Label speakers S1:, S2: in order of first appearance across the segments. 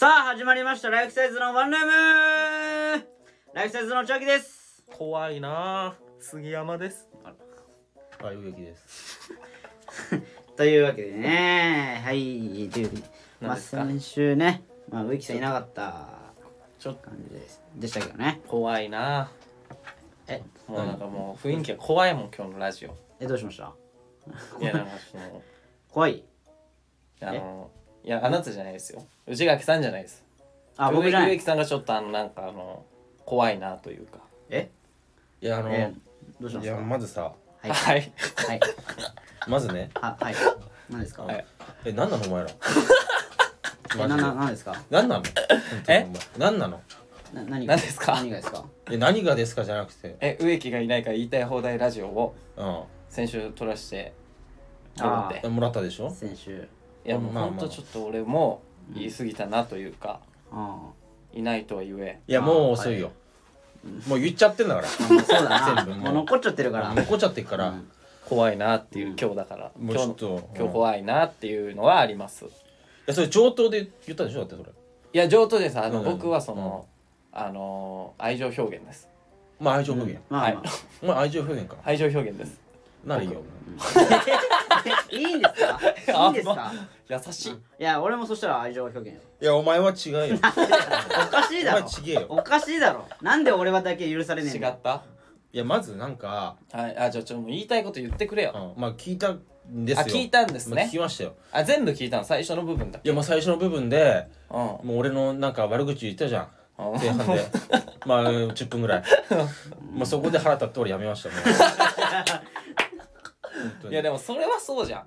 S1: 始まりましたライフサイズのワンルームライフサイズのチョキです
S2: 怖いなあ杉山です
S3: あ、ゆうきです。
S1: というわけでねはいというわけでまあ
S2: 何ですか
S1: 先週ね、まあ、植木さんいなかった
S2: ちょっと
S1: 感じですでしたけどね
S2: 怖いなあ
S1: え
S2: もうなんかもう雰囲気が怖いもん今日のラジオ
S1: えどうしました
S2: いやなんかそ の
S1: 怖い
S2: あのいやあなたじゃないですよ内垣さんじゃないです
S1: あ僕じゃな
S2: 植
S1: い
S2: 木さんがちょっとあのなんかあの怖いなというか
S1: え
S3: いや、あの、
S1: えどうしま
S3: い
S1: すか
S3: や、まずさ、
S1: はい
S2: はい、
S1: はい
S3: まずね、
S1: ははい何ですか、
S2: はい
S3: え、なんなの、お前ら。
S1: えな
S3: マジ
S1: な
S3: で
S1: 何ですか
S3: なんなの。
S2: え
S3: え、なんなの。
S1: な何
S2: 何ですか
S1: 何がですか
S3: え、何がですかじゃなくて。
S2: え植木がいないから言いたい放題ラジオを
S3: うん、
S2: 先週撮らして
S1: あ
S2: 撮
S1: ー
S2: って
S3: えもらったでしょ
S1: 先週
S2: いやもう
S3: まあ
S2: ほ
S3: まあ
S2: んとちょっと俺も言い過ぎたなというか
S1: あ
S2: いないとは言え
S3: いや、もう遅いよ。もう言っちゃってんだか
S1: あもうそうだな
S3: 全部
S1: も
S3: も
S1: う
S3: う。
S1: 残っちゃってるからら
S3: 残っちゃってっから。
S1: うん
S2: 怖いなっていう、
S1: うん
S2: 今日だから
S3: も
S2: 今
S3: うち
S2: 日
S3: ょ
S2: の
S3: っと。
S2: 今日
S3: うんい
S2: 怖いなっていうのはあります、い
S3: や、それ上等で言ったでしょだって、それ。
S2: や上等ですあの、
S3: うん
S2: 僕はその、あのー愛情表現です
S3: まあ、愛情表現。
S1: まあまあ、
S3: お前、愛情表現か。
S2: 愛情表現です
S3: ならいいよ。
S1: い、いんですかいいんですか
S2: 優しい、
S1: いや俺もそしたら愛情表現 よ
S3: いや、お前は違うよ。
S1: おかしいだろ
S3: お前ちげえよ
S1: おかしいだろなんで俺はだけ許されねえん
S2: 違っ
S1: だよ
S2: た
S3: いや、まず、なんか、
S2: はいあじゃあちょっともう言いたいこと言ってくれよ、
S3: うんまあ、聞いたんですよ。
S2: あ聞いたんですね
S3: まあ聞きましたよ。
S2: あ全部聞いたの最初の部分だ
S3: いや、まあ、最初の部分で。
S2: うん
S3: もう俺のなんか悪口言ったじゃん
S2: うん
S3: 前半で まあ10分ぐ らいもうそこで腹立って俺やめました もう本当に
S2: いやでもそれはそうじゃん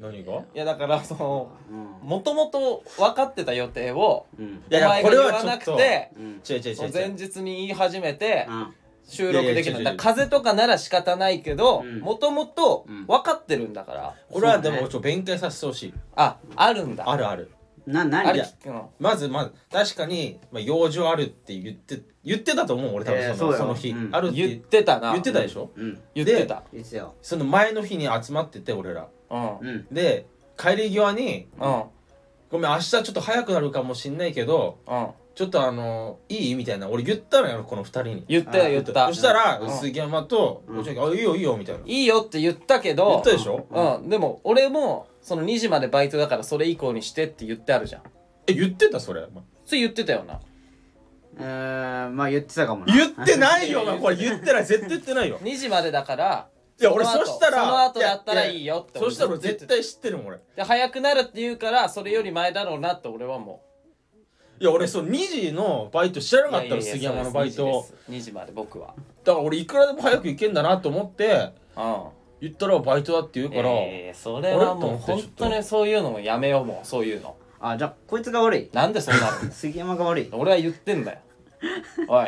S3: 何が
S2: いやだからその
S1: うん
S2: もともと分かってた予定を
S1: うん
S3: いやいや
S2: お前が
S3: これは
S2: 言わなく
S3: ちょっと
S2: て
S1: うん
S3: 違う違う違
S2: そうう
S3: 違
S2: 前
S3: う
S2: 日に言い始めて
S1: あ
S2: 収録できない
S3: い
S2: だ
S3: や
S2: から
S3: いや違う違う
S2: 風邪とかなら仕方ないけど
S1: うん
S2: もともと
S1: うん
S2: 分かってるんだから
S3: 俺はで
S1: そう
S3: もち
S1: ね
S3: ょっと勉強させてほしい
S2: ああるんだ
S3: あるある
S1: な
S2: あ
S1: 何
S2: れ
S1: い
S3: い
S1: や
S3: や
S2: 聞くの
S3: まずまず確かにまあ養生あるって言って言ってたと思う俺多
S1: えー
S3: 分そ
S1: そう
S3: の
S1: よ
S3: その日
S1: うん
S3: あるって
S2: 言
S3: 言
S2: ってたな
S3: 言ってたでしょ
S1: うん
S2: 言ってた
S1: いいっすよ
S3: その前の日に集まってて俺ら
S2: うんうん
S1: うん
S3: で帰り際に
S2: うん
S3: 「ごめん明日ちょっと早くなるかもしんないけどちょっとあのいい?」みたいな俺言ったのよこの二人に
S2: 言ったよ
S1: あ
S2: 言った
S3: そしたら
S2: うん
S3: 杉山と
S1: うん
S3: おちょきあいいよいいよみたいな言
S2: いいよって言ったけど
S3: ったでしょ
S2: うんでも俺もその2時までバイトだからそれ以降にしてって言ってあるじゃん
S3: え言ってたそれお前
S2: それ言ってたよな
S1: えーまあ言ってたかもな
S3: 言ってないよ
S2: い
S3: お
S2: や
S3: 前これ言ってない絶対言ってない よ
S2: 2時までだから
S3: いや俺
S2: の後
S3: そしたら
S2: その後だったらいい
S3: よ
S2: よって
S3: そ
S2: 俺
S3: したら
S2: ずっと
S3: 絶対知ってるもん俺
S2: で早くなるって言うからそれより前だろうなって俺はも
S3: いや俺そう2時のバイト知ら
S2: う
S3: なかったの杉山のバイト
S2: 2時まで僕は
S3: だから俺いくらでも早く行けんだなと思って
S2: う
S3: 言ったらバイトだって言うんから
S2: えーそれは
S3: あれと
S2: もう
S3: 思って
S2: 本
S3: ちょっと
S2: 当にそういうのもやめようもうそういうの
S1: あじゃあこいつが悪い
S2: なんでそうなる
S1: 杉山が悪い
S2: の俺は言ってんだよおい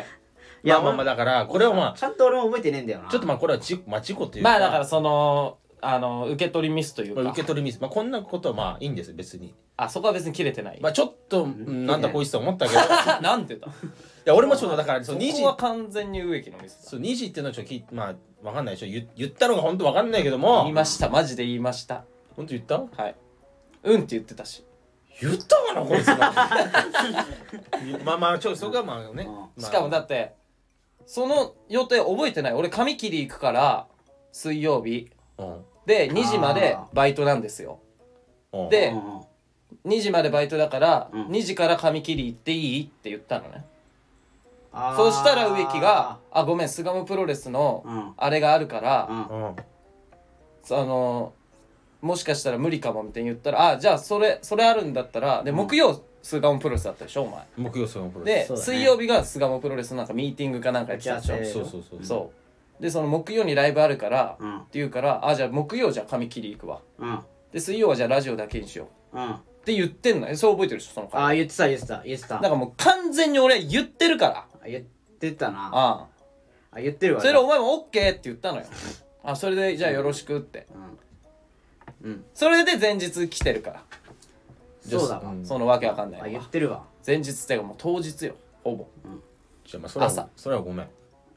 S1: いや
S3: まあまあまあだからこれはま
S1: ちゃんと俺も覚えてねえんだよな
S3: あちょっとまあこれは事故まあ事故っていう
S2: まあだからそのあの受け取りミスという
S3: まあ
S2: か
S3: 受け取りミスまあこんなことはまあいいんです別に
S2: あそこは別に切れてない
S3: まあちょっとうんなんだこいつと思っ たけどい
S2: あなんでだ
S3: や俺もちょっとだからそ
S2: そ
S3: の2時
S2: こは完全に植木のミス
S3: そ
S2: だ
S3: う2時っていうのはちょっと聞いまあ分かんないでしょ言言ったのが本当分かんないけど
S2: 言い
S3: も
S2: ましたマジで言いました
S3: 本当言った
S2: はいうんって言ってたし
S3: 言ったかな こいつがまあまあちょっとそこはまあね、
S1: う
S3: まあ
S2: しかもだってその予定覚えてない俺髪切り行くから水曜日
S3: うん
S2: で2時まで
S1: あ
S2: バイトなんですよ
S3: うん
S2: で
S1: うんうん
S2: 2時までバイトだから、
S1: うん
S2: 2時から髪切り行っていいって言ったのね
S1: あー
S2: そうしたら植木が「あごめん巣鴨プロレスの
S1: うん
S2: あれがあるから、
S1: うん
S3: うん
S2: あのもしかしたら無理かも」みたいに言ったら「あじゃあそれそれあるんだったらで
S1: うん
S2: 木曜巣鴨プロレスだったでしょお前
S3: 木曜そのプロ」レ
S2: で、
S1: そうだね
S2: 水曜日が巣鴨プロレスのなんかミーティングかなんかやってたでしょ
S1: 打ち合わ
S3: スそうそうそうう
S2: そうでその木曜にライブあるから、
S1: うん
S2: って言うから「あじゃあ木曜じゃあ髪切り行くわ
S1: うん」
S2: で水曜はじゃあラジオだけにしよう
S1: うん
S2: って言ってんのよそう覚えてるでしょその
S1: ああ
S2: 回
S1: 言ってた言ってた言ってた
S2: だからもう完全に俺言ってるから
S1: 言ってたな
S2: あ
S1: あ言ってる
S2: あ
S1: わ
S2: それでお前も OK って言ったのよあそれでじゃあよろしくって
S1: うんうん
S2: それで前日来てるから
S1: そうだわ
S3: ん
S2: そのわけわかんな
S1: あ
S2: いの
S1: 言っ
S2: が
S1: てるわ
S2: 前日っていうかもう当日よほぼ
S3: じゃあまあそれは
S2: 朝
S3: それはごめんい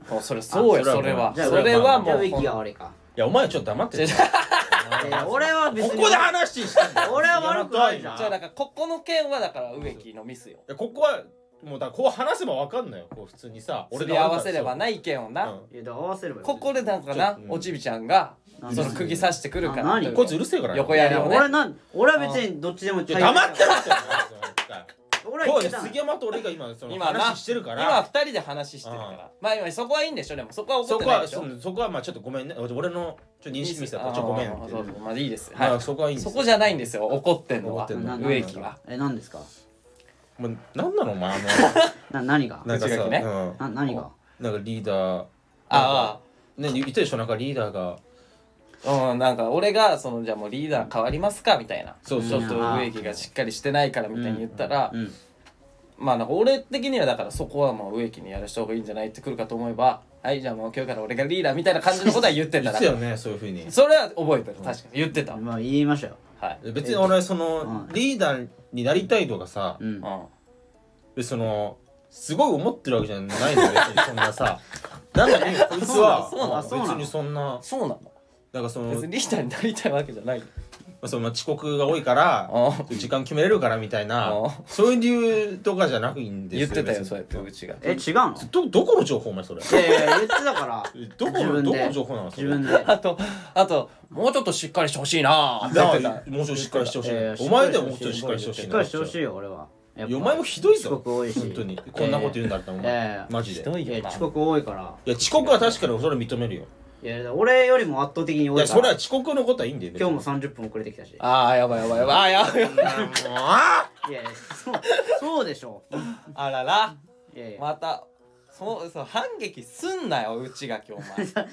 S2: もうそれそうよ
S3: あ
S2: そ
S3: それ
S2: れは
S3: はご
S1: じゃあ
S2: それは
S3: あ
S2: も
S1: じゃあ
S2: う
S1: 植木が悪いか
S3: やお前はちょっと黙って
S2: 違う
S3: て
S2: 違う
S1: や俺は別
S3: こ
S1: に
S3: こで話してんだ
S1: 俺は悪くないじゃん
S2: じゃあだからここの件はだから植木のミスよ
S3: いやここはもうだからこう話せばわかんないよこう普通にさ
S2: す
S3: 俺
S2: り合わせればな意見を
S3: な、
S2: な、
S3: う
S1: いやだから合わせればいい
S2: ここでなんか
S3: ち
S2: な
S3: ょっとうん
S2: おちびちゃんが
S1: なんで
S2: その釘刺してくるから
S1: な
S2: とい
S3: ん
S2: う
S3: こいつうるせえから
S2: 横
S1: い
S2: や
S1: や
S2: り
S1: い
S2: を
S1: や
S2: ね
S1: 俺なん俺は別にどっちでも
S3: いや黙ってろって
S1: 俺は
S3: こ
S1: 言
S3: う
S1: っ
S3: ね
S1: てたの
S3: 杉山と俺が今その
S2: 今な
S3: 話してるか
S2: 今は
S3: ら
S2: 二人で話してるからまあ今そこはいいんでしょでもそこは怒
S3: そ
S2: って
S3: こ
S2: ないで
S3: は
S2: しょ
S3: そうそこはまあちょっとごめんね俺のちょっと認識ミスだったちょっとごめん
S2: あー
S3: って
S2: そうそうまあいいです
S3: ま
S2: は
S3: あそこはいいん
S2: い
S3: です
S2: そ
S3: よ
S2: こじゃないんですよ怒ってんの
S3: 怒っ
S2: は
S3: てんの
S1: は
S2: 植木が
S1: え何ですか
S3: もう何なのお前あの
S1: な何が
S3: なんか
S2: 内
S3: さ、
S2: 垣ね
S3: うん
S1: な何が
S3: なんかリーダー
S2: あ
S3: ね言ったでしょなんかリーダーが
S2: あうんなんか俺がそのじゃあもうリーダー変わりますかみたいな
S3: そう
S2: ち
S3: そう
S2: ょっと植木がしっかりしてないからみたいに言ったら
S1: うん
S2: まあなんか俺的にはだからそこはもう植木にやらした方がいいんじゃないってくるかと思えばはいじゃあもう今日から俺がリーダーみたいな感じのことは言ってんだ
S3: 言っ
S2: な
S3: てたよね そういうふうに
S2: それは覚えてる確かに言ってた
S1: まあ言いましたよ
S2: はい
S3: 別に俺その
S1: うん
S3: リーダーになりたいとかさ
S1: うん
S2: うん
S3: そのすごい思ってるわけじゃないのよ別にそん なさなのにこいつ
S1: そうな
S3: は
S1: のそうなの
S3: 別にそんな
S2: そうなの
S3: なんかその
S2: 別にリーダーになりたいわけじゃない
S3: まあその遅刻が多いから
S2: あ
S3: 時間決めれるからみたいな
S2: あ
S3: そういう理由とかじゃなくいいんです
S2: 言ってたよ
S3: 別
S2: そうや
S3: に
S2: ってうちが
S1: え違うの
S3: どどこの情報お前それ
S1: いやいや言ってた から
S3: えどこ
S1: 自
S3: の
S1: 分
S3: ど
S1: で
S3: この情報なのそ
S1: 自
S3: れ
S1: 分で
S2: あとあともうちょっとしっかりしてほしいなって言って
S3: な
S2: た
S3: あもうちょっとしっかりしてほしい
S1: いやいや
S3: お前でももうちょっとしっかりしてほしい
S1: しっ
S3: な
S1: かりしてほしいよ俺はやっ
S3: い
S1: ぱ
S3: やお前もひどいぞ
S1: 遅刻多いし
S3: 本当にこんなこと言うんだったらお
S1: いやい
S3: 前
S1: や
S3: マジで
S2: ひど
S3: い
S2: い
S1: い
S2: よ
S1: や
S2: な
S1: 遅刻多いから
S3: や遅刻は確かにそれ認めるよ
S1: いやだから俺よりも圧倒的に
S3: い
S1: 多い
S3: や
S1: か
S3: それ
S1: ら
S3: は遅刻のことはいいんだよ
S1: 今日も30分遅れてきたし
S2: ああやばいやばいやばいあーやばい
S3: あ
S1: いやいやそうそうでしょ
S2: あらら
S1: いやいや
S2: またそうそう反撃すんなようちが今日お前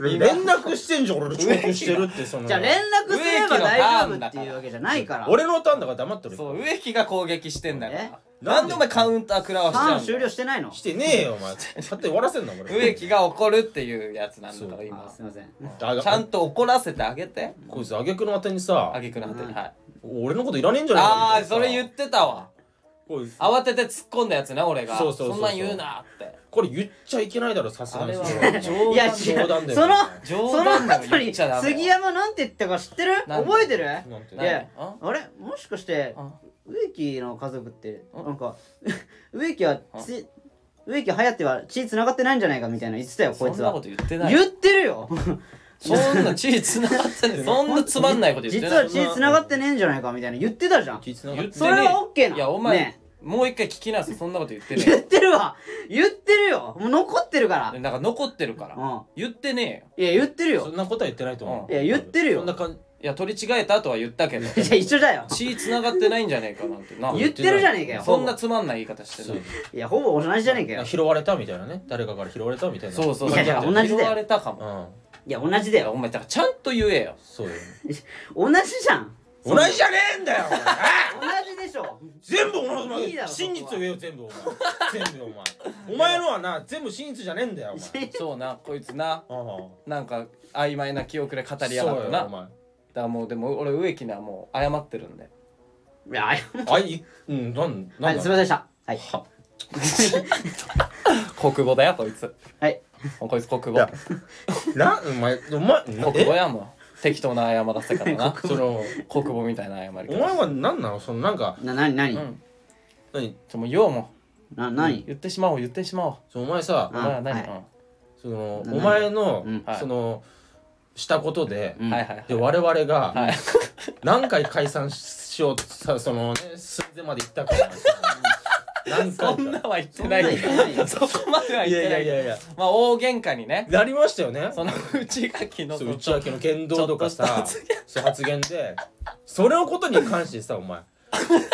S3: 連絡してんじゃん俺遅刻してるってその
S1: じゃあ連絡すれば大丈夫っていうわけじゃないから
S3: 俺のターンだから黙ってる
S2: そう植木が攻撃してんだか
S1: え
S2: らなんでお前カウンター食らわし
S1: タ
S2: ちゃ
S1: ーン
S2: うんだ
S1: 終
S2: よ
S1: 了してないの
S3: してねえよお前 勝手に終わらせんな俺
S2: 植木が怒るっていうやつなんだか
S3: そ
S2: ら
S3: う
S1: あ
S2: 今
S1: すいません
S3: あ
S2: ちゃんと怒らせてあげて
S3: こいつ挙句のあてにさ
S2: あげくの果てにはい
S3: 俺のこといらねえんじゃない
S2: ああそれ言ってたわ
S3: こいつ
S2: 慌てて突っ込んだやつな俺が
S3: そうそうそうそう
S2: そんなん言うなって
S3: これ言っちゃいけないだろさすが
S2: あ
S3: に
S2: れ
S3: そ
S2: は
S3: れ
S2: もう
S3: は
S2: 冗
S1: いや違
S2: 談
S1: う
S2: で
S3: 冗談だよ
S1: そのその
S2: 冗談でも
S1: 後
S2: 言っ
S1: に
S2: ちゃダメ
S1: 杉山なんて言ったか知ってる
S2: なんて
S1: 覚えてる
S3: なんて
S1: い
S2: 何
S1: や
S2: あ
S1: あれもしかして
S2: あ
S1: 植木の家族って
S2: うん
S1: なんか 植木は血植木颯は血繋がってないんじゃないかみたいな言ってたよこい
S2: そ
S1: つ
S2: んな
S1: は
S2: こと言ってない
S1: 言ってるよ
S2: そんな血繋がってないそんなつまんないこと言って
S1: 実
S2: な
S1: はい血繋がってねえんじゃないかみたいな言ってたじゃん
S3: 気ぃつながっ
S2: 言ってて
S1: それは OK なの
S2: いやお前
S1: ね
S2: もう一回聞き直せそんなこと言って
S1: 言っ
S2: ね
S1: てるわ言ってるよもう残ってるから
S2: えなんか残ってるか
S1: う
S2: ら
S1: ん
S2: 言ってねえよ
S1: いや言ってる
S3: そん
S1: よ
S3: なことは言ってないと思う
S1: いや言ってるよ
S3: そんな感じ
S2: いや取り違えたとは言ったけど
S1: いや一緒だよ
S2: 血繋がってないんじゃねえかなんてな
S1: 言ってるじゃねえかよ
S2: そ
S1: ほ
S2: ん
S1: ぼ
S2: なつまんない言い方して
S3: そ
S2: な
S3: う
S2: い
S1: いやほぼ同じじゃねえかよ
S3: 拾われたみたいなね誰かから拾われたみたいな
S2: そうそう
S1: い
S2: そう
S1: やいや同じだよ
S2: 拾われたかも
S3: うん
S1: いや同じだ
S2: いや
S1: よ
S2: お前だからちゃんと言えよ
S3: そうだよね
S1: 同じじゃん
S3: 同じじゃねえんだよお前
S1: 同じでし ょ
S3: 全部同じ
S1: いいだろそこは
S3: 真実を言えよ全部お前全部お前お前のはな全部真実じゃねえんだよお前
S2: そうなこいつな
S3: あ
S2: なんか曖昧な記憶で語
S3: あ
S2: りやがったな
S3: そう
S2: だか
S3: よ
S2: らもうでも俺植木にはもう謝ってるんで
S1: いやあい
S3: お前あいうんなん
S1: は
S3: なん
S1: い
S3: だ
S1: すいませんでしたはい
S3: は
S2: 国語だよこいつ
S1: はい
S2: もうこいつ国語
S3: いやなお前お前
S2: 国語やもん適当な謝らせ方 な
S3: えその
S2: 国語みたいな謝り方
S3: お前は何なのそのなんか
S1: な何何、
S2: うん
S3: 何
S2: ちょもう言おうも
S1: な
S2: う
S1: 何
S2: 言ってしまおう言ってしまおう
S3: そのお前さ
S2: お
S1: あ
S2: 前は何、
S1: はい
S2: うん
S3: その
S1: な
S3: お前の
S1: うん
S2: はい
S3: そのしたことで
S1: うん
S2: はいはいはい
S3: で我々
S2: は
S3: が
S2: い
S3: 何回解散しようとさそのね寸前まで行ったからさ何回
S2: そ
S3: か
S2: んなは言ってないよ
S1: そんな言ってないよ
S2: そこまでは言
S3: い
S2: っ
S3: や
S2: てな
S3: いや
S2: い
S3: いやいや
S2: まあ大喧嘩にね
S3: なりましたよね
S2: その内垣の
S3: そ
S2: そうの
S3: 内訳の言動とかさ
S2: ちょっ
S3: そう発言でそれのことに関してさお前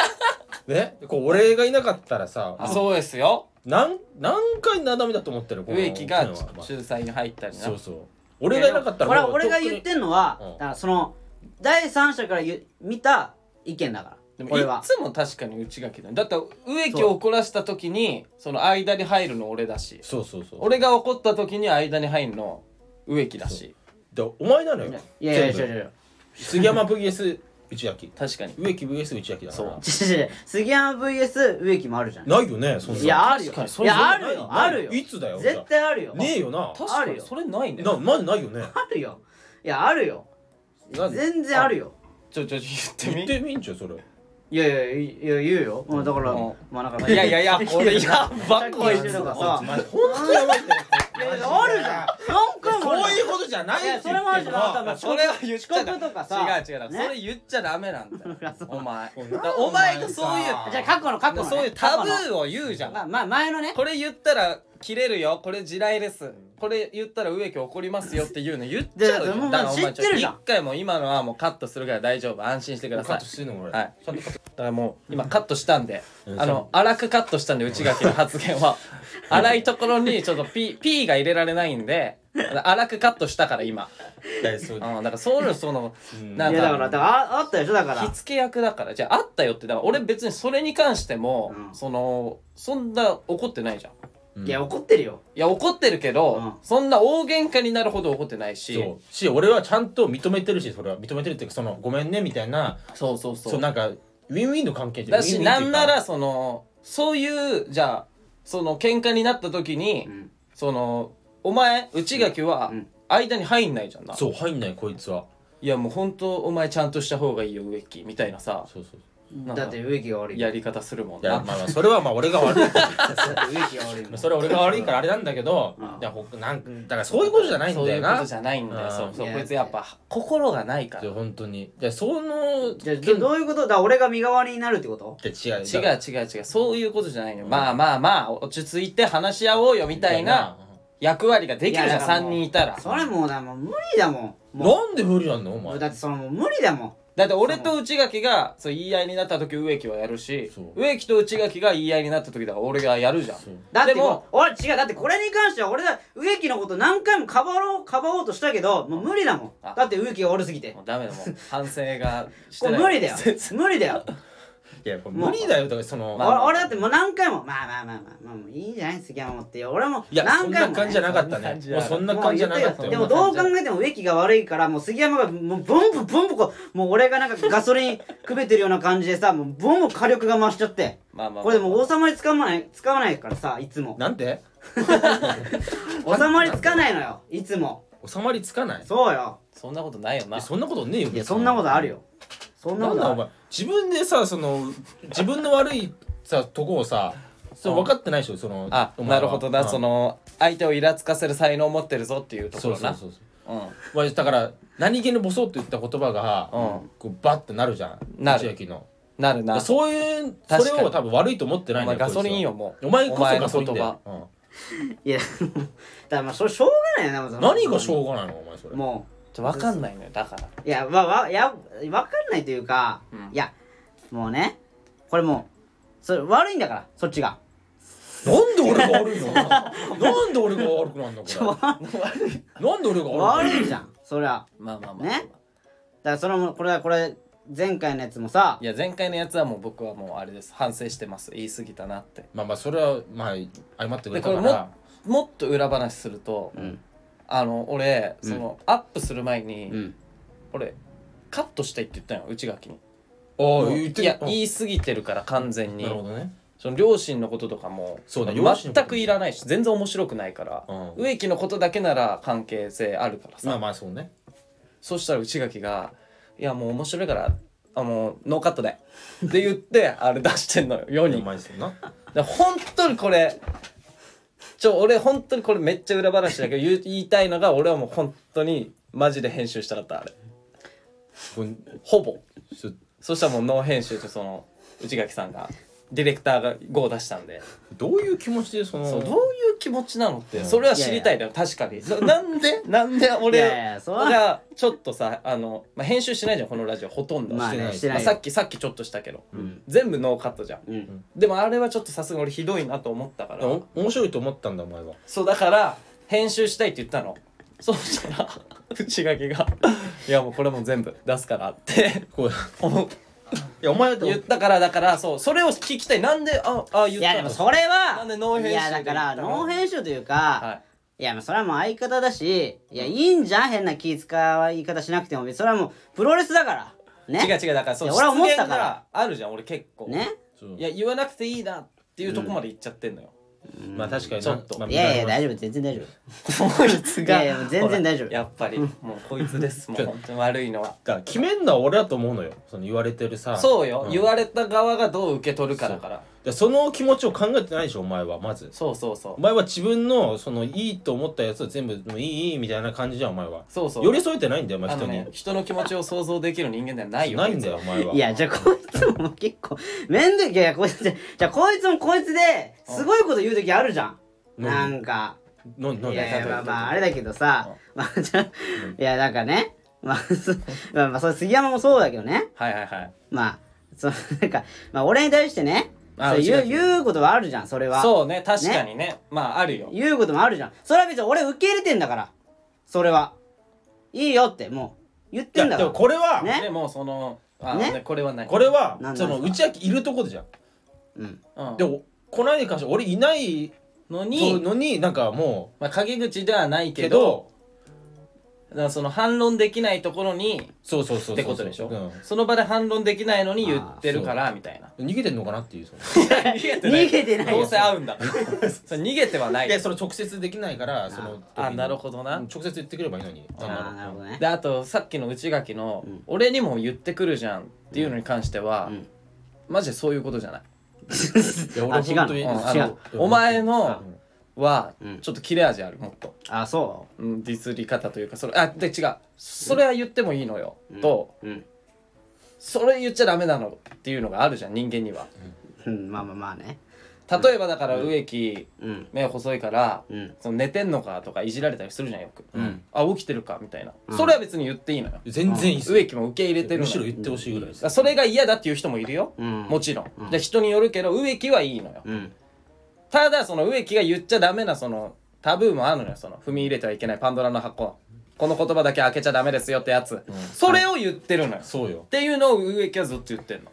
S3: ねこう俺がいなかったらさ
S2: あそうですよ
S3: 何何回なだめだと思ってるこの
S2: 植木が
S3: このはまあ
S2: 仲裁に入ったりな
S3: そうそう俺がいなかったら
S1: 俺は
S3: もう
S1: 俺が
S3: とっくに
S1: 言ってんのは、
S3: うん
S1: だからその第三者からゆ見た意見だから
S2: でもい
S1: 俺は
S2: つも確かに内垣だだって植木を怒らせた時にその間に入るの俺だし
S3: そうそうそう
S2: 俺が怒った時に間に入るの植木だし
S3: でお前なのよ
S1: いやいや違う
S3: 全部
S1: 違う
S3: 杉山 VS 内垣
S2: 確かに
S3: 植木 VS 内垣だか
S2: そ
S3: ら
S2: う
S1: 違う違う違う杉山 VS 植木もあるじゃんい
S3: ないよねそんな
S1: やあるよ
S2: 確かにそ
S1: い
S2: れ
S1: やあ
S3: ない
S1: るよ
S3: ない
S1: あるよ
S3: いつだよじゃあ
S1: 絶対あるよ
S3: ねえよな
S2: 確
S1: あ
S2: か
S1: る
S2: に
S1: よ
S2: それないね
S3: なマジないよね
S1: あるよいやあるよ
S3: なんで
S1: 全然あるよ
S2: ちょちょちょ言
S3: 言
S2: っ
S3: っててみんじゃんそれ
S1: いやいやいや言うよ、うん、だから、
S2: うん
S1: まあなんか
S2: みいやいやいやこれやばこい
S1: さっき言って
S2: つ
S1: たのが
S2: こい
S1: さ
S2: つマジ
S3: 本当にやばいんだよ
S1: いやいやあるじゃん何回もある
S3: そういうことじゃない
S1: い
S3: って
S1: やそ
S3: 言って
S1: れ
S3: る
S1: もあるじゃんあとはまあ
S2: それは言っちゃ
S1: 遅刻とかさ
S2: 違う違うだから
S1: ね
S2: それ言っちゃダメなんだよ
S1: そう
S2: お前
S3: そう
S2: だからお前がそういう
S3: お前
S1: じゃあ過去の過去の、ね、
S2: そういうタブ
S1: 過去
S2: ーを言うじゃ
S1: のまあ
S2: ん
S1: まあ前のね
S2: これ言ったら切れるよこれ地雷ですこれ言ったら植木怒りますよっていうの言っちゃうじゃ
S1: でも
S2: ん
S1: う
S2: だからお前
S1: 知ってるじ
S2: ち
S1: ゃ
S2: ょ
S1: ん
S2: 一回もう今のはもうカットするから大丈夫安心してくだ
S3: カ
S2: さ
S3: ッ
S2: い
S3: トしてんのこれ、
S2: はい
S3: ちゃんとカット
S2: だからもう今カットしたんで、
S3: うん
S2: あの粗くカットしたんで内垣の発言 は粗いところにちょっと P, P が入れられないんで粗くカットしたから今、
S3: 大丈
S2: う
S3: 夫
S2: ん、だからそういうのその
S3: うん
S2: ないん
S1: やだからだからああったでしょだから
S2: 火付け役だからじゃああったよってだから俺別にそれに関しても、
S1: うん
S2: そのそんな怒ってないじゃん
S3: うん
S1: いや怒ってるよ
S2: いや怒ってるけど、
S1: うん
S2: そんな大喧嘩になるほど怒ってないし
S3: そうし俺はちゃんと認めてるしそれは認めてるっていうかそのごめんねみたいな
S2: そうそうそう
S3: そうなんかウィンウィンの関係じゃん
S2: だし
S3: ウィンウィ
S2: な
S3: ンってい
S2: ん
S3: うか
S2: ならそのそういうじゃあその喧嘩になった時に、
S1: うん
S2: そのお前内垣は
S1: うん
S2: 間に入んないじゃんな、
S3: そう入んないこいつはい
S2: やもう本当お前ちゃんとした方がいいよ植木みたいなさ
S3: そうそう
S2: なんか
S1: だって植木が悪い
S2: やり方するもん
S3: いや
S2: な
S3: まあまあそれはまあ俺が悪い
S1: だって植木が悪いもん
S3: それは俺が悪いからあれなんだけど
S1: うん
S3: いやほなんかだからそういうことじゃないん
S2: そう
S3: だ
S2: い
S3: よ
S2: うこ
S3: な
S2: とじゃないんだよ
S3: うん
S2: そうそ
S1: いうや
S2: こいつやっぱ心がないから
S3: いや本当にいやその
S1: じゃあどどういうことだから俺が身代わりになるってこと
S3: 違う
S2: 違う違う違うそういうことじゃないのよ、まあまあまあ落ち着いて話し合おうよみたいな役割ができるじ
S1: いや
S2: ゃん
S1: だから
S2: 3
S1: もう
S2: 人いたら
S1: それもうだもう無理だもんも
S3: なんで無理なんのお
S1: う
S3: 前
S1: だってそのもう無理だもん
S2: だって俺と内垣がそう言い合いになった時植木はやるし
S3: そう
S2: 植木と内垣が言い合いになった時だから俺がやるじゃん
S3: そう
S1: だって
S2: で
S1: も
S2: も
S1: う俺違うだってこれに関しては俺だ植木のこと何回もかばろうかばおうとしたけどもう無理だもん
S2: あ
S1: だって植木が悪すぎて
S2: もうダメだもう反省がし
S1: こ
S2: て
S1: れ
S2: な
S1: 無理
S2: い
S1: だ よ無理だよ
S3: いやこれ無理だよだからその
S2: まあ
S1: 俺俺だってもう何回もまあまあまあまあまあもういいじゃない杉山もって俺も
S3: いやそ
S1: 何
S3: ん
S1: 回も、ね、
S3: な感じじゃなかったねもうそんな感じじゃなかった
S1: もう言ってよ
S3: よ
S1: でもどう考えても植木が悪いからもう杉山がもうボンボンボンボンこうもう俺がなんかガソリンくべてるような感じでさもうボンボン火力が増しちゃって
S2: まあまあまあ
S1: これでもう収まりつかまないつかまないからさいつも
S3: なんで
S1: 収まりつかないのよいつも
S3: 収まりつかない
S1: そうよ
S2: そんなことないよ
S3: い
S2: な
S3: やそんなことねえよ
S1: いやそんなことあるよそんな
S3: な
S1: こ
S3: ん
S1: と
S3: だ
S1: あ
S3: お
S1: る
S3: 前自分でさその自分の悪いさとこをさそう分かってないでしょその
S2: あ
S3: お前
S2: な
S3: は
S2: るほどな、
S3: うん
S2: その相手をイラつかせる才能を持ってるぞっていうとこ
S3: そう
S2: ろ
S3: そう
S2: な
S3: そうそう
S2: う
S3: まあだから何気にボソッと言った言葉が、
S2: うん
S3: こうバッてなるじゃん
S2: なる
S3: 内垣の
S2: んなるなお
S3: そういうそ
S2: 確
S3: れ
S2: かに
S3: を多分悪いと思ってないんだ
S2: 前
S3: よ
S2: ガソリンよ
S3: こ
S2: も
S3: いうつはお前こ
S2: お
S3: そ
S2: 前
S3: ガ
S2: の
S3: ソリ
S2: 言
S3: ンだ
S2: 葉
S3: よ、うん
S1: いや だからまあそれしょうがないよなもう
S3: 何がしょうがないのお前それ
S1: も
S2: ちょ分かんないのよだから
S1: ういやわわいや分かんないというか、
S2: うん
S1: いやもうねこれもうそれ悪いんだからそっちが
S3: なんで俺が悪いのなんで俺が悪くなんだこれなんで俺が悪い
S1: 悪いじゃんそりゃ
S2: まあまあまあ、
S1: ねだからそのこれはこれ前回のやつもさ
S2: いや前回のやつはもう僕はもうあれです反省してます言い過ぎたなって
S3: まあまあそれはまあ謝ってく
S2: で
S3: れ
S2: こ
S3: た
S2: れ
S3: か
S2: も
S3: ら
S2: もっと裏話すると、
S1: うん
S2: あの俺その、アップする前に、
S1: うん
S2: 俺カットしたいって言ったよ内垣に
S3: ああ
S2: もう
S3: 言って
S2: いや
S3: い
S2: 言い過ぎてるから完全に
S3: なるほどね
S2: その両親のこととかも
S3: そうだ
S2: あ
S3: 両
S2: の
S3: 親のこと
S2: 全くいらないし全然面白くないから、
S3: うん
S2: 植木のことだけなら関係性あるからさ、
S3: まあまあそうね
S2: そしたら内垣が「いやもう面白いからあもうノーカットで」って言ってあれ出してんのよ世
S3: いや
S2: に
S3: マジでな
S2: だから本当にこれちょ俺本当にこれめっちゃ裏話だけど言う言いたいのが俺はもう本当にマジで編集したかったあれ
S3: これ
S2: ほぼ
S3: ちょ
S2: そしたらもうノー編集とその内垣さんがディレクターが5を出したんで、
S3: どういう気持ちでその
S2: そうどういう気持ちなのって
S3: うん
S2: それは知りたいだよ確かにそなんでなんで
S1: いやい
S2: 俺
S1: やそれは
S2: がちょっとさあの、まあ、編集しないじゃんこのラジオほとんど、
S1: まあね
S3: し
S1: してて
S2: ま
S1: な
S2: あ
S1: い
S2: さ
S1: よ
S2: っきさっきちょっとしたけど
S1: うん
S2: 全部ノーカットじゃん
S1: うん
S2: でもあれはちょっとさすがに俺ひどいなと思ったから
S3: お面白いと思ったんだお前は
S2: そうだから編集したいって言ったのそうしたら 内垣が「いやもうこれもう全部出すから」って
S3: こう
S2: 思う
S3: いやお前だ
S2: 言ったからだからそうそれを聞きたいなんでああ言
S1: い
S2: ったの
S1: やでもそれ
S2: な
S1: は
S2: んでノー編集で
S1: いやだから
S2: 言ったの
S1: ノー編集というか、
S2: はい
S1: いや、まあそれはもう相方だし、いや、いいんじゃん変な気使う言い方しなくても。それはもう、プロレスだから。ね。
S2: 違う違うだからそう
S1: いや俺は思った
S2: 失言
S1: から
S2: があるじゃん俺結構
S1: ね。
S3: そう
S2: いや言わなくていいなっていうとこまで言っちゃってんのよ、
S3: まあ確かにな
S4: ちょっと
S3: まあ
S1: いやいや大丈夫全然大丈夫
S2: こいつ
S1: い
S2: が
S1: やいやもう全然大丈
S2: やっぱりもうこいつですもう本当に悪いのは
S3: だから決めんのは俺だと思うのよその言われてるさ
S2: そうよ、
S3: ん
S2: 言われた側がどう受け取るかだから
S3: でその気持ちを考えてないでしょお前はまず
S2: そうそうそ
S3: お
S2: う
S3: 前は自分のそのいいと思ったやつを全部もういいいいみたいな感じじゃんお前は
S2: そうそう
S3: 寄り添えてないんだよお前
S2: あの
S3: 人に、
S2: ね人の気持ちを想像できる人間ではないよ
S3: ないんだ
S2: こ
S3: よお前は
S1: 夫いやじゃあこいつも結構面倒いやいやこいつじゃあこいつもこいつですごいこと言う時あるじゃん
S3: うん
S1: なんか
S3: なん
S1: い
S3: なん
S1: やいや
S3: だ
S1: まあまああれだけどさまあじゃあいやなんかねまあそまあまあそれ杉山もそうだけどね
S2: いつはいはいはい
S1: まあそのなんかまあ俺に対してね
S3: あ
S1: そう言う
S3: 違う違う
S1: 言うことはあるじゃんそれは
S2: そうね確かにねまああるよ
S1: 言うこともあるじゃんそれは別に俺受け入れてんだからそれはいいよってもう言っ
S3: い
S1: て
S3: や
S1: んだ
S3: で
S1: か
S3: も
S1: ら
S3: これは、
S1: ね
S2: でもそのあ、
S1: ね
S2: ね、これはない
S3: これは
S1: なんなん
S3: その
S1: です
S3: 内明いるとこでじゃん
S1: うん
S2: うん
S3: でもこの間に関しては俺いない
S2: の
S3: そう
S2: に、
S3: のになんかも
S2: まあ、陰口ではないう
S3: け
S2: けど
S3: ど
S2: だからその反論できないところに
S3: そうそうそうそう
S2: ってことでしょ、
S3: うん
S2: その場で反論できないのに言ってるからみたいな
S3: 逃げてんのかなっていうその
S2: 逃げ
S1: 逃げて ない
S2: ど
S1: よ
S2: うせ会うんだからそれ逃げてはない
S3: でその直接できないからその
S2: あなるほどな
S3: うん直接言ってくればいいのに
S1: あ
S3: なんだ
S1: ーなる
S3: ろう
S1: ほどね
S2: であとさっきの内垣の、
S1: ん
S2: 俺にも言ってくるじゃん」っていうのに関しては、
S1: うん
S2: マジでそういうことじゃない、
S3: いや俺
S1: あ違う
S3: 本当に
S1: え
S2: うんあ
S1: 違
S2: の
S1: う
S2: お前の
S3: うん
S2: は
S1: うん
S2: ちょっと切れ味あるもっと、
S1: あそ
S2: うん、ディスり方というかそれあで違うそれは言ってもいいのよ、
S1: う
S2: と
S1: うん、
S2: それ言っちゃダメなのっていうのがあるじゃん人間には
S1: うん、まあまあまあね
S2: 例えばだから植木
S1: うん
S2: 目細いから、
S1: うん
S2: その寝てんのかとかいじられたりするじゃんよく、
S1: ん
S2: あ起きてるかみたいな、
S1: うん
S2: それは別に言っていいのよ
S3: 全然いいっすよ
S2: 植木も受け入れてる
S3: む
S2: の
S3: しろ
S2: よ
S3: 言ってほしいぐらいです
S2: あそれが嫌だっていう人もいるよ、
S1: うん
S2: もちろん、
S1: うん
S2: で人によるけど植木はいいのよ、
S1: うん
S2: ただその植木が言っちゃダメなそのタブーもあるのよその踏み入れてはいけないパンドラの箱この言葉だけ開けちゃダメですよってやつ、それを言ってるのよ、っ
S3: そうよ
S2: ていうのを植木はずっと言ってんの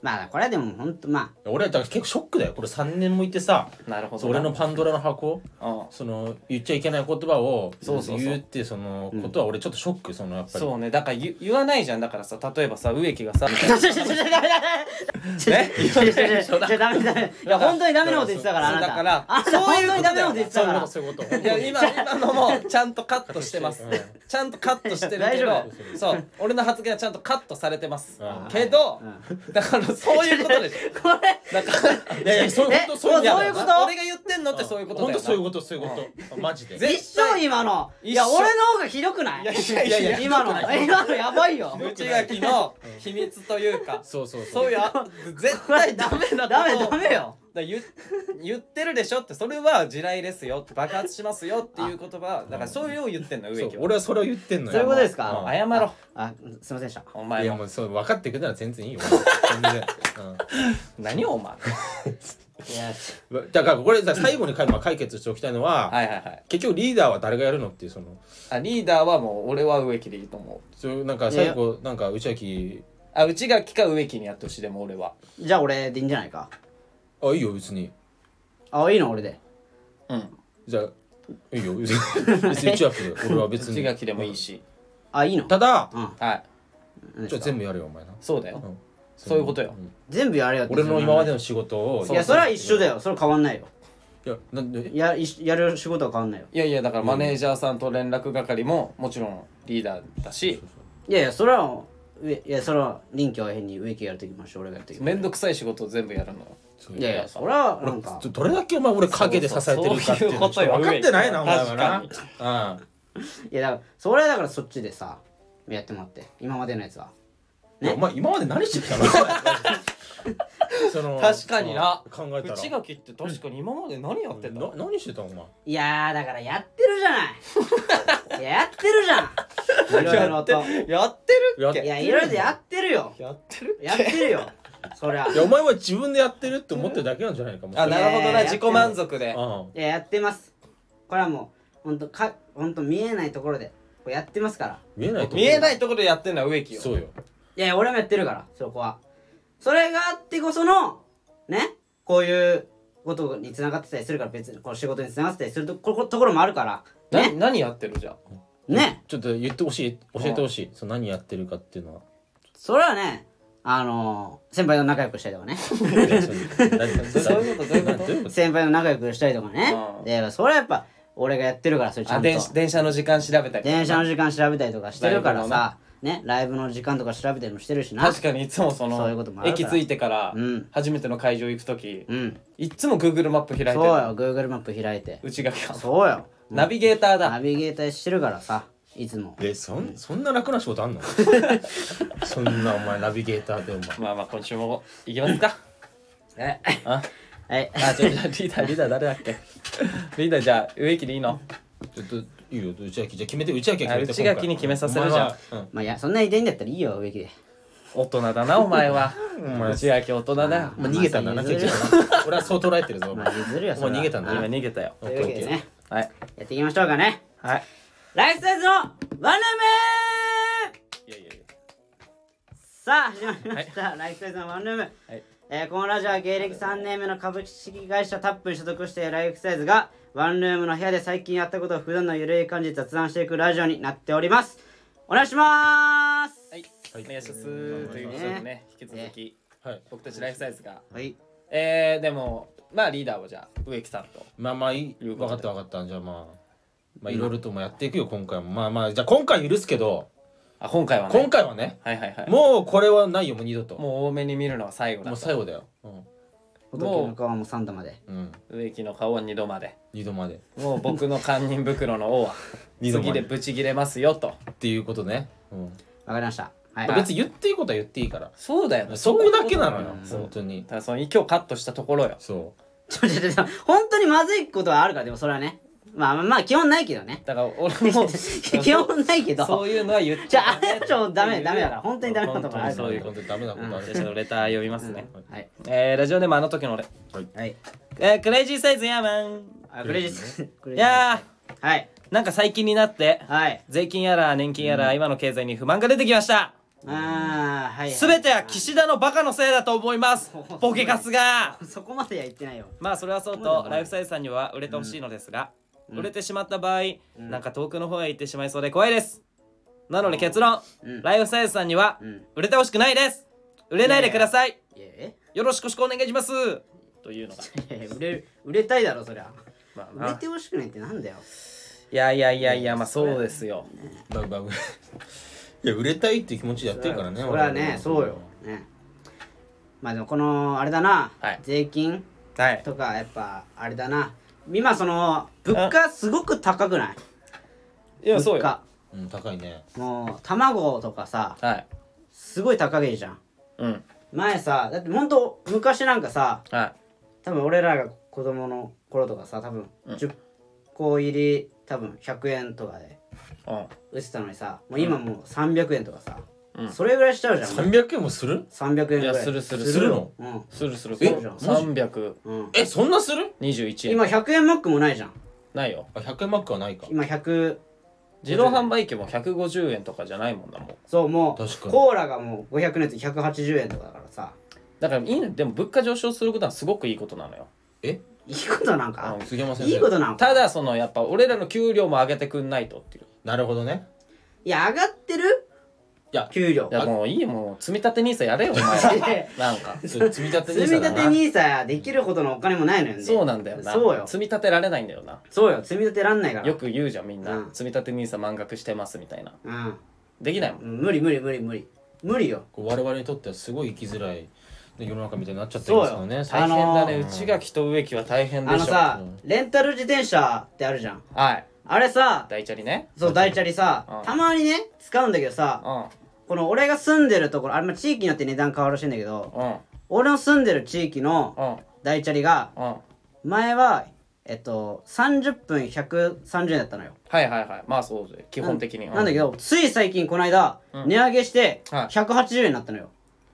S1: まあこれはでも本当ま
S3: 俺はだから結構ショックだよこれ3年もいてさ
S2: なるほど
S3: そう俺のパンドラの箱
S2: う
S3: その言っちゃいけない言葉を
S2: そうそうそう
S3: 言うってそのことは俺ちょっとショックそのやっ
S2: ん
S3: ぱり
S2: そうねだから言言わないじゃんだからさ例えばさ植木がさみたい
S1: あ
S2: な
S1: ちょちょちょちょダメだ
S2: ね
S1: ちょちょちょちょちょダメダメいや本当にダメなこと言ってたからあなた
S2: だから
S1: あなた
S2: そう
S1: 本
S2: いうこ
S1: 当
S2: と
S1: に
S2: だ
S1: ダメなこ
S2: よ
S1: と言ってたから
S3: そういうこと
S2: いや今今のもちゃんとカットしてます
S3: うん
S2: ちゃんとカットしてるけ
S1: 大
S2: ど
S1: 丈
S2: そう俺の発言はちゃんとカットされてます
S3: うん
S2: けどだからそういうことでしょ
S1: これ
S2: だから
S3: いやいやそう
S1: え
S3: 本当そう
S1: そういうこと
S2: だから俺が言ってんのってそういうことだ
S3: 本
S2: よ
S3: 当
S2: な
S3: そういうことそういうことマジで
S2: 絶対
S1: 一緒今のいや
S2: 一緒
S1: 俺の方がひどくない
S2: いやいやいやいや
S1: 今の今のやばいよ
S2: 内垣の秘密というか
S3: そうそうそう
S2: そういうあ絶対ダメなこと
S1: ダメ
S2: を
S1: ダメよ
S2: だから言言ってるでしょってそれは地雷ですよ爆発しますよっていう言葉だからそういうのを言ってんの
S3: そ
S2: 植
S3: う
S2: 木は
S3: 俺はそれを言ってんのよ
S1: そういうことですか
S3: うん
S2: 謝ろう
S1: あすいませんでした
S2: お
S3: い
S2: 前
S3: や
S2: も
S3: もうそう分かってくれたら全然いいよ全然
S2: 何お 前
S1: いや
S3: うんだからこれさ最後に解まあ解決しておきたいのは
S2: はいはいはい
S3: 結局リーダーは誰がやるのっていうその
S2: あリーダーはもう俺は植木でいいと思う
S3: そういうなんか最後なんか内垣
S2: あ内垣か植木にやってほしいでも俺は
S1: じゃあ俺でいいんじゃないか
S3: あいいよ別に
S1: あいいの俺で
S2: うん
S3: じゃあいいよ別に別に内垣で俺は別
S2: 内
S3: に
S2: 垣でもいいし
S1: あいいの
S3: ただ
S1: うん
S2: はい
S1: 何
S3: じ
S1: です
S3: ゃあ
S1: か
S3: 全部やるよお前な
S2: そうだよ
S3: うん
S2: そういうことよ
S3: ん
S1: 全部やれよって
S3: 俺の今までの仕事を
S1: いやそれは一緒だよそれ変わんないよ
S3: いやなんで
S1: や一緒やる仕事は変わんないよ
S2: いやいやだからマネージャーさんと連絡係ももちろんリーダーだし
S1: いやいやそれは上いやそれは臨機応変に植木がやってきましょう俺がやってきまし
S2: めんどくさい仕事を全部やるのよ
S3: そう
S1: ょういやいやそれはなんか
S3: どれだけお前俺陰で支えてるかっていうの
S2: そうそうそういうことよ
S3: 分かってないなお前は
S2: 確
S3: なうん
S1: いやだからそれはだからそっちでさやってもらって今までのやつはい
S3: やお前今まで何してきたのその
S2: 確かにな
S3: 考えたら
S2: 内垣って確かに今まで何やってた
S3: な何してたのお前
S1: いやーだからやってるじゃないいややってるじ ゃんいろいろと
S2: やってる
S3: や
S2: っ
S3: っ
S2: け
S1: いやいろいろとやってるよ
S2: やってる
S1: やってるよそりゃ
S3: いやお前は自分でやってるって思ってるだけなんじゃないかもしれ
S2: あ
S3: ない
S2: なるほど
S1: や
S2: な
S1: ってる
S2: 自己満足で
S3: うん
S1: いややってますこれはもうほんとかほんと見えないところでこうやってますから
S3: 見えないと
S2: 見えないいところでやってんのは植木よ
S3: そうよ
S1: いやいや俺もやってるからそこはそれがあってこそのねこういうことにつながってたりするから別にこの仕事につながってたりするとここところもあるから
S2: な
S1: ね
S2: 何やってるじゃん
S1: ね
S3: ちょっと言ってほしい教えてほしいその何やってるかっていうのは
S1: それはねあの先輩と仲良くしたりとか ね
S2: そういうことどういうこと
S3: と
S1: 先輩と仲良くしたりとかね
S2: うん
S1: でそれはやっぱ俺がやってるからそれちゃん
S2: あ
S1: と
S2: 電車電車の時間調べたり
S1: 電車の時間調べたりとかしてるからさねライブの時間とか調べたりもしてるしな
S2: 確かにいつもその
S1: そういうこともあるから
S2: 駅着いてから
S1: うん
S2: 初めての会場行く時、
S1: うん
S2: いつも Google マップ開いてる
S1: そうよ Google マップ開いて
S2: 内垣は
S1: そうよ
S2: ナビゲーターだ
S1: ナビゲーターしてるからさいつも
S3: えそんそんな楽な仕事あんのそんなお前ナビゲーターでお前
S2: まあまあ今週も行きますか
S1: え
S2: あ
S1: はい
S2: あじゃあじゃあリーダーリーダー誰だっけリーダーじゃあ植木でいいの
S3: ちょっといいよ内垣じゃあ決めて内垣が
S2: あ
S3: 決めて
S2: 内垣に決めさせるじゃん
S3: ゃん
S1: まあいやそんなに言いたいんだったらいいよ植木で
S2: 大人だなお前は内垣大人だよ
S1: まあ
S3: 逃げたんだな
S1: 譲
S3: 結
S1: るよ
S3: 局な俺はそう捉えてるぞお
S1: ま
S3: 前
S1: あ譲るよ
S3: お
S1: それ
S3: 前
S1: は
S3: 逃げたんだ
S1: あ
S2: 今
S3: な
S2: 逃げたよ
S1: というわけでね
S2: はい
S1: やっていきましょうかね
S2: はい
S1: ライフサイズのワンルーム
S2: いやいやいや
S1: さあ始まりました、ライフサイズのワンルーム、
S2: はい
S1: えーこのラジオは芸歴3年目の株式会社タップに所属しているライフサイズがワンルームの部屋で最近やったことを普段のゆるい感じで雑談していくラジオになっておりますお願いします
S2: はい、お願いします。ということでね、引き続き、
S3: はい
S2: 僕たちライフサイズが。
S1: はい
S2: えー、でも、まあリーダーはじゃあ、植木さんと。
S3: まあまあいい
S2: いうこと
S3: 分かった分かったじゃあまあまあいろいろともやっていくよ今回もまあまあじゃあ今回許すけど
S2: あ、今回はね。
S3: 今回はね
S2: はいはいはい。も
S3: もうこれはないよもう二度と
S2: う
S3: も
S2: 多めに見るのは最後だ
S3: う
S2: と。
S3: 最後だようん
S1: 仏の顔も3度まで
S3: うん
S2: 植木の顔は2度まで。
S3: 二度まで
S2: もう僕の堪忍袋の王は、
S3: 二度
S2: 次
S3: まで
S2: で
S3: っ
S2: ブチ切れますよと。
S3: ていうことねうん
S1: わかりましたはい
S3: 別に言っていいことは言っていいから
S2: そうだよね。
S3: そこだけなの
S2: そういう
S3: よ
S2: ことそう
S3: 本当に
S2: ただその今日カットしたところよ。
S3: そ
S1: ちょちょちょちょ本当にまずいことはあるからでもそれはねまあまあまあ基本ないけどね
S2: だから俺も
S1: 基本ないけど
S2: そういうのは言っち
S1: じ
S2: ゃ
S1: ゃあ、あれちょ、ダメ、ダメだから、本当にダメなこと
S3: う
S1: があるか
S2: そ
S1: ら
S2: う
S3: そう
S2: い
S3: いうう
S2: こ
S3: ことダメなことあ
S2: じゃあ
S3: る
S2: ちょっとレター読みますね。
S1: はい。
S2: えー、ラジオでもあの時の俺。
S1: はい。
S2: えー、クレイジーサイズヤーマン。
S1: あ、クレジット。クレ
S2: い
S1: ジッ
S2: や
S1: ト。はい。
S2: ー、なんか最近になって、
S1: はい。
S2: 税金やら年金やら今の経済に不満が出てきました。
S1: あー、はい。
S2: すべては岸田のバカのせいだと思 います。ボケカスが。
S1: そこまでは言ってないよ。
S2: まあそれはそうと、ライフサイズさんには売れてほしいのですが、売れてしまった場合、なんか遠くの方へ行ってしまいそうで怖いです。なので結論、
S1: うん
S2: ライフサイズさんには
S1: うん。
S2: 売れてほしくないです。売れないでください。
S1: いやえ
S2: よろしくしくお願いします。というのが。
S1: いやいや売れる、売れたいだろ、そりゃ。
S2: まあ
S1: 売れ
S2: な
S1: てほしくないってなんだよ。
S2: いやいやいやいや、まあそうですよ。
S3: バグバグいや売れたいっていう気持ちでやってるからね
S1: それはね、そうよ。ね。まあでも、この、あれだな
S2: はい、
S1: 税金
S2: はい。
S1: とか、やっぱ、あれだな。今、その、物価すごく高くない
S2: いや、そう
S1: 物
S2: よ。
S1: 価。
S3: うん高いね
S1: もう、卵とかさ、
S2: はい。
S1: すごい高いじゃん。
S2: うん。
S1: 前さだってほんと昔なんかさ
S2: はい。
S1: 多分俺らが子供の頃とかさ多分10個入り多分100円とかで
S2: うん。
S1: 売ってたのにさもう今もう300円とかさ、それぐらいしちゃうじゃん
S3: 300円もする
S1: 300円ぐらい
S2: いやするする
S3: するの
S1: うん
S2: するする。
S1: えマジ
S2: 321
S1: うん、
S3: えそんなする
S2: 円。
S1: 今100円マックもないじゃん
S2: ないよ。
S3: あ100円マックはないか
S1: 今100
S2: 自動販売機も150円とかじゃないもんだもん。
S1: そうもう
S3: 確かに
S1: コーラがもう500のやつ180円とかだからさ
S2: だからいいね。でも物価上昇することはすごくいいことなのよ。
S3: え
S1: いいことなんか
S3: 杉山先生
S1: いいことなんか
S2: ただそのやっぱ俺らの給料も上げてくんないとっていう。
S3: なるほ どね
S1: いや上がってる
S3: いや
S1: 給料
S2: いやもういいよもう積み立て NISA やれよお前
S1: いやいや
S2: ら。なんか。
S3: 積み立て
S1: 積み立て NISA できるほどのお金もないのよね
S2: そうなんだよな。
S1: そうよ
S2: 積み立てられないんだよな。
S1: そうよ積み立てらんないから
S2: よく言うじゃんみん
S1: う
S2: な。
S1: ん
S2: 積み立て NISA 満額してますみたいな。
S1: うん
S2: できないもん。
S1: 無理無理無理無理無理よ
S3: こう我々にとってはすごい生きづらいね世の中みたいになっちゃって
S1: そうよ
S3: ますよね
S1: あ
S2: 大
S1: の
S2: 変だね。内垣と植木は大変で
S1: あの
S2: しょ。
S1: さレンタル自転車ってあるじゃん
S2: はい。
S1: あれさ
S2: 大チャリね。
S1: そう大チャリさ
S2: うん
S1: たまにね使うんだけど
S2: う
S1: さ
S2: ん。
S1: この俺が住んでるところあれまあ地域によって値段変わるらしいんだけど
S2: うん。
S1: 俺の住んでる地域の
S2: うん。
S1: 大チャリが
S2: うん。
S1: 前はえっと30分130円だったのよ
S2: はいはいはい。まあそうで、基本的に。
S1: なんだけどつい最近この間値上げして
S2: はい
S1: 180円になったのよ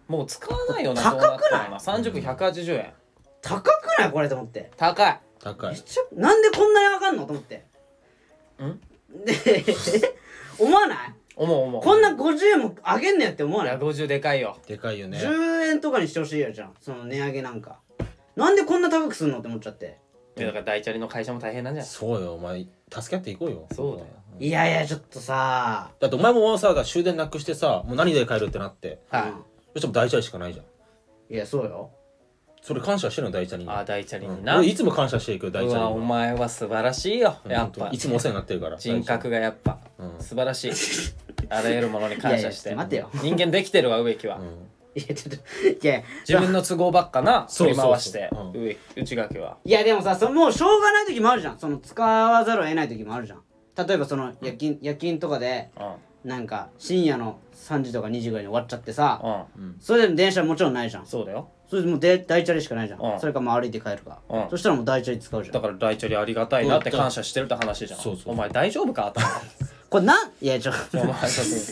S2: うん。もう使わないよな、
S1: 高くない
S2: そうったらな ?30 分180円。
S1: 高くないこれと思って
S2: 高い。
S3: 高い
S1: ちょなんでこんなに上がんのと思ってで 思わない
S2: 思う思う。
S1: こんな50円も上げんねやって思わ
S2: い
S1: な
S2: や、
S1: い
S2: 50でかいよ。
S3: でかいよね
S1: 10円とかにしてほしいよじゃんその値上げなんかなんでこんな高くすんのって思っちゃって
S2: いやだから大チャリの会社も大変なんじゃない
S3: そうよお前助け合っていこうよ
S2: そうだよ
S1: いやいやちょっとさ
S3: だってお前もさ終電なくしてさもう何で帰るってなって
S2: はい。
S3: そしたら大チャリしかないじゃん
S1: いやそうよ
S3: それ感謝してるの大チャリに
S2: あー大チャリ
S3: う
S2: に
S3: ん
S2: な、う
S3: 俺いつも感謝していくよ大チャリ
S2: わ
S3: に
S2: お前は素晴らしいよ
S3: うん
S2: やっ
S3: 本
S2: ぱ
S3: 当いつもお世話になってるから
S2: 人格がやっぱ、
S3: うん
S2: 素晴ら しいあらゆるものに感謝して
S1: いやいやちょっと
S2: 人間できてるわ植木は、
S3: 大チャ
S1: い
S3: リうん
S1: やちょっといや
S2: 自分の都合ばっかな
S3: そう
S2: 振り
S3: そうそう
S2: 回して
S3: う
S2: 植木内垣はい
S1: やでもさそのもうしょうがない時もあるじゃんその使わざるを得ない時もあるじゃん例えばその夜勤夜勤とかで
S2: う
S1: なんか深夜の3時とか2時ぐらいに終わっちゃってさ
S2: んうん
S1: それでも電車もちろんないじゃん
S2: そうだよ
S1: それでもうで大チャリしかないじゃ
S2: うん
S1: んそれかまあ歩いて帰るか
S2: うん
S1: そしたらもう大チャリ使うじゃ
S2: だ
S1: ん
S2: から大チャリありがたいなって感謝してるって話じゃん
S3: そうそう
S2: お前大丈夫か 頭
S1: これなんいやちょ
S2: お前ちょっと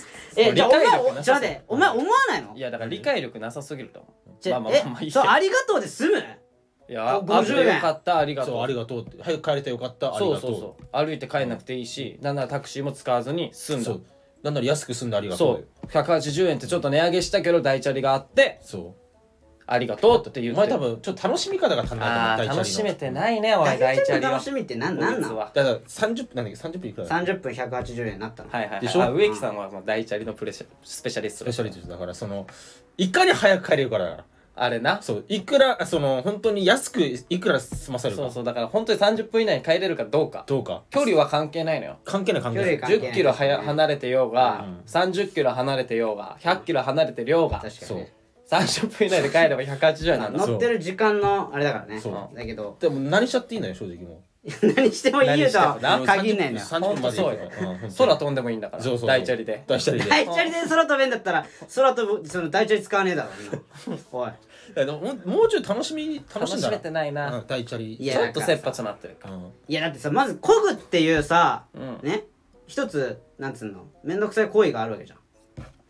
S1: えじゃあお前
S2: 理解
S1: お
S2: 力
S1: ちょ
S2: な
S1: っと
S2: さ
S1: 待ってお前思わないの
S2: いやだから理解力なさすぎると思う
S1: ちょ
S2: まあまあまあまあい
S1: え
S2: いけ
S1: そ
S2: ど
S1: うありがとうで済む
S2: いや
S1: こう
S2: あっ
S1: 50
S2: てよかったありがとう
S3: そうありがとうって早く帰れてよかったあり
S2: そう
S3: がと
S2: そううそう歩いて帰んなくていいし、なんならタクシーも使わずに済んだ
S3: そうなんなら安く済んでありがとう
S2: そう180円ってちょっと値上げしたけど大チャリがあって
S3: そう
S2: ありがとうって言
S3: お
S2: って
S3: 前多分ちょっと楽しみ方が足んな
S2: あ
S3: いと
S2: あ
S3: 思う
S2: 楽しめて
S3: い
S2: ないねおい
S1: 大
S2: 大
S1: チ
S2: チ
S1: ャ
S2: ャ
S1: リ
S2: リ
S1: の
S2: は
S1: 楽しみって何なんな
S2: こいつ
S1: の
S2: は
S3: だから30分なんだっけ30分いくらだっけ
S1: 30分180円になったの
S2: はいはい、はい、
S3: でしょ
S2: あ植木さんはまあ大チャリのプレシャスペシャリス
S3: ス
S2: ト
S3: ペ
S2: だ
S3: シャリティだからそのいかに早く帰れるからだか
S2: あれな
S3: らそういくらその本当に安くいくら済ませる
S2: そ
S3: か
S2: うそうだから本当に30分以内に帰れるかどうか
S3: どうか
S2: 距離は関係ないのよ
S3: 関係ない関係ない
S1: 距離関係ない
S2: 10キロはや離れてようが、
S3: うん
S2: 30キロ離れてようが100キロ離れてようが
S1: 確か
S3: そ
S1: に
S3: う
S1: ね
S2: 30分以内で帰れば180円なんだ
S3: そう
S1: 乗ってる時間のあれだからね
S3: そ
S1: だけど
S3: でも何しちゃっていいのよ正直も
S1: 何してもいいよとは
S2: 何して
S3: う
S1: 限んないのよ
S3: 30分30分までいい
S2: ほんと
S3: からうん
S2: 空飛んでもいいんだから
S3: そうそうそう
S2: 大チャリで
S3: 大チャリで
S1: 大チャリで空飛べんだったら空飛ぶその大チャリ使わねえだろ 今おい
S3: いやでももうもうちょい楽しみ楽
S2: 楽
S3: し
S2: し
S3: んだ
S2: めて
S3: ら
S2: ないな、
S3: うん大チャリ
S1: いや
S2: ちょっと切羽詰まってるか
S3: うん
S1: いやだってさまずこぐっていうさ、
S2: うん
S1: ね一つなんつうの面倒くさい行為があるわけじゃん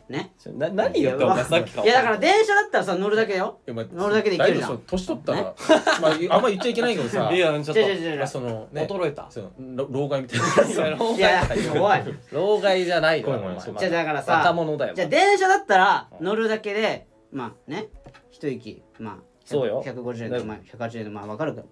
S1: ね
S2: ちょな何言って
S1: い
S2: お
S1: や
S2: 前さっきから
S1: いやだから電車だったらさ乗るだけだよ
S3: いやまあ
S1: 乗るだけでいけるじゃ
S3: だ
S1: ん
S3: いぶそう年取ったらまああんま言っちゃい けないけどさ
S2: いやちょっと
S1: 違う違う違う違う
S3: まあそのね
S2: 衰えた
S3: そのろ老害みたい な
S2: 老
S1: いや
S2: 害
S1: いやおい
S2: 老害じゃない
S3: ご
S2: よ
S3: めんごめん
S2: お前
S3: そう
S2: ま
S1: じゃあだからさ
S2: 若者だよ
S1: じゃあ電車だったら乗るだけでまあね一息まあ
S2: そうよ
S1: 150円とかまあ180円でまあ分かるか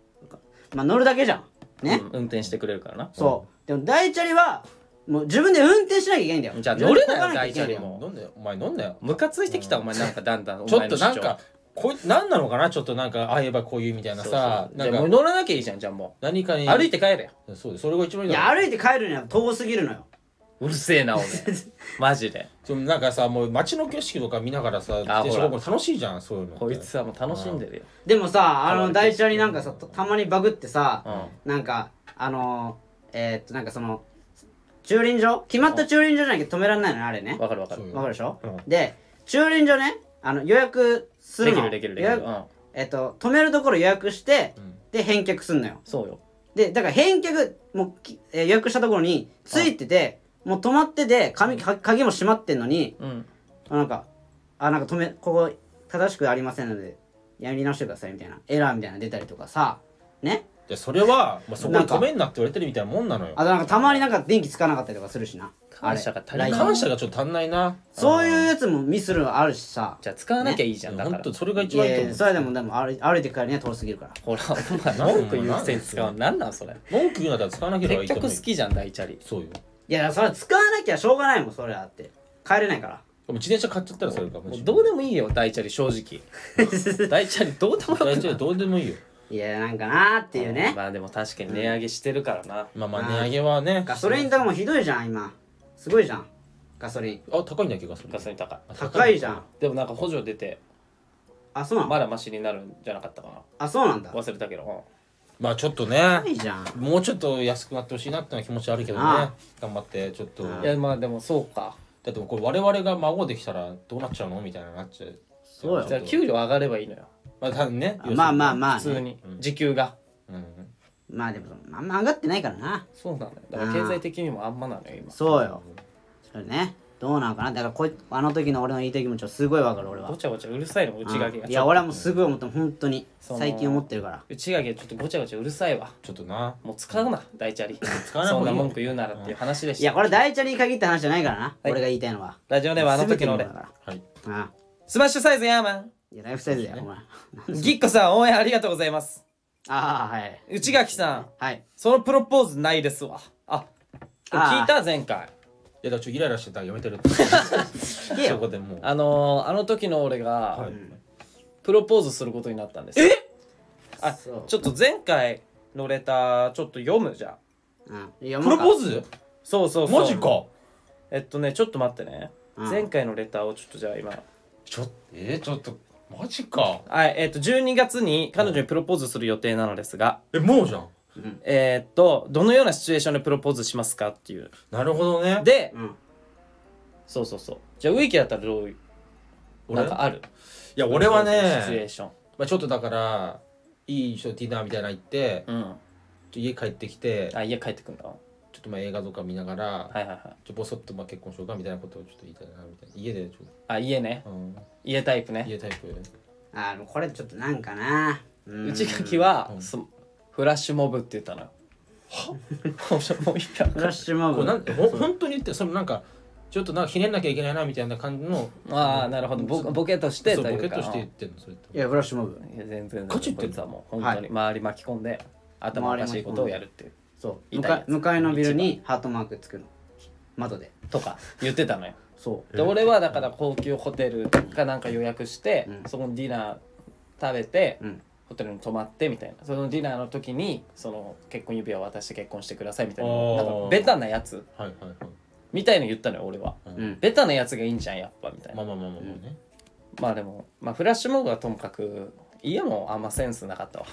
S1: まあ乗るだけじゃんね、
S2: うん運転してくれるからな
S1: そうでも大チャリはもう自分で運転しなきゃいけないんだよ
S2: じゃあ乗れな
S1: 自分
S2: よ
S1: で漕がきゃいけないんだ
S2: 大チャリも
S3: 飲んだよお前飲んだよ
S2: ムカついてきたお前なんかだんだんお
S3: ちょ
S2: 前
S3: っ
S2: の
S3: と
S2: 主
S3: なん
S2: 張
S3: かこいなんなのかなちょっとなんかああ言えばこういうみたいなさ
S2: じゃあ
S3: な
S2: もうん
S3: か
S2: 乗らなきゃいいじゃんじゃあも
S3: 何か
S2: う
S3: に
S2: 歩いて帰れよ
S3: てそうですそれが一番いい
S1: い
S3: んだ
S1: や
S3: ろ
S1: 歩いて帰るには遠すぎるのよ
S2: うるせえなおめえマジで
S3: そのなんかさもう街の景色とか見ながらさ自
S2: あ
S3: 転車
S2: ほら
S3: こぐの楽しいじゃんそういうの
S2: こいつはもう楽しんでるよ
S1: でもさあ
S2: 変わ
S1: の
S2: る
S1: 大チャリなんかさたたまにバグって
S2: う
S1: さ
S2: ん
S1: なんかあのー、えー、っとなんかその駐輪場決まった駐輪場じゃなきゃ止められないのよあれね
S2: わかるわか
S3: そ
S2: る
S3: うよ
S1: わかるでしょ、
S3: うん
S1: で駐輪場ねあの予約す
S2: で
S1: る
S2: き
S1: の
S2: るできるでき
S1: 予
S2: る
S1: 約
S2: うん
S1: えっと止めるところ予約して、
S3: ん
S1: で返却すんのよ
S2: そうよ
S1: でだから返却もうき、えー予約したところについててもう止まってて紙か鍵も閉まってんのに
S2: うん
S1: あなんかあなんか止めここ正しくありませんのでやり直してくださいみたいなエラーみたいなの出たりとかさね
S3: でそれは、まあ、そこ
S1: な
S3: に
S1: んか
S3: 止めんなって言われてるみたいなもんなのよ
S1: あとなんかたまになんか電気つかなかったりとかするしなあれ
S2: 感謝が足りな
S1: ラ
S2: い
S1: イン
S3: 感謝がちょっと足んないな
S1: そういうやつもミスるのあるしさ
S2: じゃあ使わなきゃいいじゃんだ
S3: ほ
S2: か
S3: ん
S2: ら
S3: とそれが
S1: い
S3: 一番いい
S1: や
S3: と
S1: い
S3: 思
S1: や
S3: う
S1: それでもでも歩い歩いてからには遠すぎるから
S2: ほらお前文句言うくせに使うの何なんそれ
S3: 文句言うんだったら使わなければい
S2: 結
S3: いと思う
S2: 局
S3: よ
S2: 好きじゃん大チャリ
S3: そうよで
S1: いやそれは使わなきゃしょうがないもんそれはって帰れないから
S3: も自転車買っちゃったらそれかも
S2: もう
S3: しれ
S2: どうでもいいよ大チャリ正直大チャリどうでもよくない
S3: 大体どうでもいいよ
S1: いやなんかなーっていうね
S2: まあでも確かに値上げしてるからな、
S3: まあ
S1: あ
S3: ま
S1: ー
S3: あ値上げはね
S1: ガソリンとかもひどいじゃん今すごいじゃんガソリン
S3: あ高いんだっけガソリン
S2: ガソリン高い
S3: あ
S1: 高いじゃん
S2: でもなんか補助出て
S1: あそうなの
S2: まだマシになるんじゃなかったかな
S1: あそうなんだ高
S2: 忘れたけど、
S3: まあちょっとね
S1: いじゃん
S3: もうちょっと安くなってほしいなってのは気持ちあるけどね
S1: あ
S3: 頑張ってちょっと
S2: うんいやまあでもそうか
S3: だってこれ我々が孫できたらどうなっちゃうのみたいななっちゃう
S1: そうよ
S3: ち
S2: じ
S3: ょ
S2: ゃあ
S3: っと
S2: 給料上がればいいのよ
S3: まあ多分ね
S1: まあまあ
S3: あ
S1: まあ
S2: 普通
S1: ね
S2: に時給が
S1: まあでもあんま上がってないからな
S2: そうなのよだから経済的にもあんまなのよ今
S1: そうよそれねどうなんかなだからこいあの時の俺の言いたい気持ちはすごいわかる俺は
S2: ごちゃごちゃうるさいのも内垣が
S1: いや俺はもうすごい思ってる本当に
S2: その
S1: 最近思ってるから
S2: 内垣がちょっとごちゃごちゃうるさいわ
S3: ちょっとな
S2: もう使うな大チャリ
S3: 使わない
S2: そ
S3: 方
S2: ん
S3: が
S2: ない
S3: いよ
S2: 文句言うならっていう話でし
S1: い
S2: た
S1: やこれ大チャリに限った話じゃないからな、
S2: はい
S1: 俺が言いたいのは
S2: ラジオネームあの時の
S1: 俺
S2: 俺
S1: だから
S3: はい
S1: ああ
S2: スマッシュサイズヤーマン
S1: いやライフサイズだよお前 あ
S2: ぎっこさん応援ありがとうございます
S1: あはい
S2: 内垣さん
S1: はい
S2: そのプロポーズないですわあこれ聞いた前回
S3: やだからちょっとイライラしてたらやめてるってそこでもう
S2: あのーあの時の俺が
S3: はい
S2: プロポーズすることになったんですよあ
S1: そう
S2: ちょっと前回のレターちょっと読むじゃん
S1: うんいや
S3: プ
S1: もう
S3: ロ
S1: か
S3: ポーズ
S2: そうそうそう
S3: マジか
S2: えっとねちょっと待ってね、
S1: うん
S2: 前回のレターをちょっとじゃあ今
S3: ちょっとえー、ちょっとマジか
S2: はいえっと12月に彼女にプロポーズする予定なのですが、
S3: えもうじゃん
S2: えっとどのようなシチュエーションでプロポーズしますかっていう
S3: なるほどね
S2: で、
S1: うん
S2: そうそうそうじゃあ植木だったらどういう
S3: 俺
S2: なんかある
S3: いや俺は
S2: シチュエー
S3: ね、
S2: ション
S3: まあ、ちょっとだからいい人ディナーみたいなの行って
S2: うん
S3: ちょっと家帰ってきて
S2: あ家帰ってくんだは
S3: ちょっとまあ映画とか見ながら、
S2: いはいはい
S3: ちょっとボソッとまあ結婚しようかみたいなことをちょっと言いたいなみたいな家でちょっ
S2: あ家ね
S3: と、うん、
S2: 家タイプね
S3: 家タイプ
S1: あもうこれちょっとなんかなう
S2: 内垣
S1: は
S2: は、
S3: うん
S2: そフラッシュモブって言ったのよはもういいや
S1: フラッシュモ
S3: こ
S1: ブ
S3: れなんほ本当に言ってそのなんかちょっとなんかひねんなきゃいけないなみたいな感じの
S2: ああなるほどボボケとして
S3: そう
S2: とい
S3: ボ
S2: う
S3: ケ
S2: か
S3: として言ってんのそれって
S1: いやフラッシュモブ
S2: いや全然
S3: ガチ言って
S2: こい
S3: んの
S2: つはもう本当に周り巻き込んで、頭おかしいことをやるっていう
S1: そう向
S2: 痛い
S1: か
S2: や
S1: い
S2: つ
S1: 向かいのビルにハートマークつくの窓で
S2: とか言ってたのよ
S1: そ
S2: で俺はだから高級ホテルかなんか予約して、
S1: うん
S2: そこのディナー食べて、
S1: うん
S2: ホテルに泊まってみたいなそのディナーの時にその結婚指輪を渡して結婚してくださいみたいな
S3: あー
S2: なんかベタなやつ
S3: はいはいはい
S2: みたいの言ったのよ俺は
S1: ううん
S2: ベタなやつがいいんじゃんやっぱみたい
S3: ま
S2: な
S3: あまあまあまあまあね、
S2: まあでも、まあ、フラッシュモブはともかく家もあんまセンスなかったわ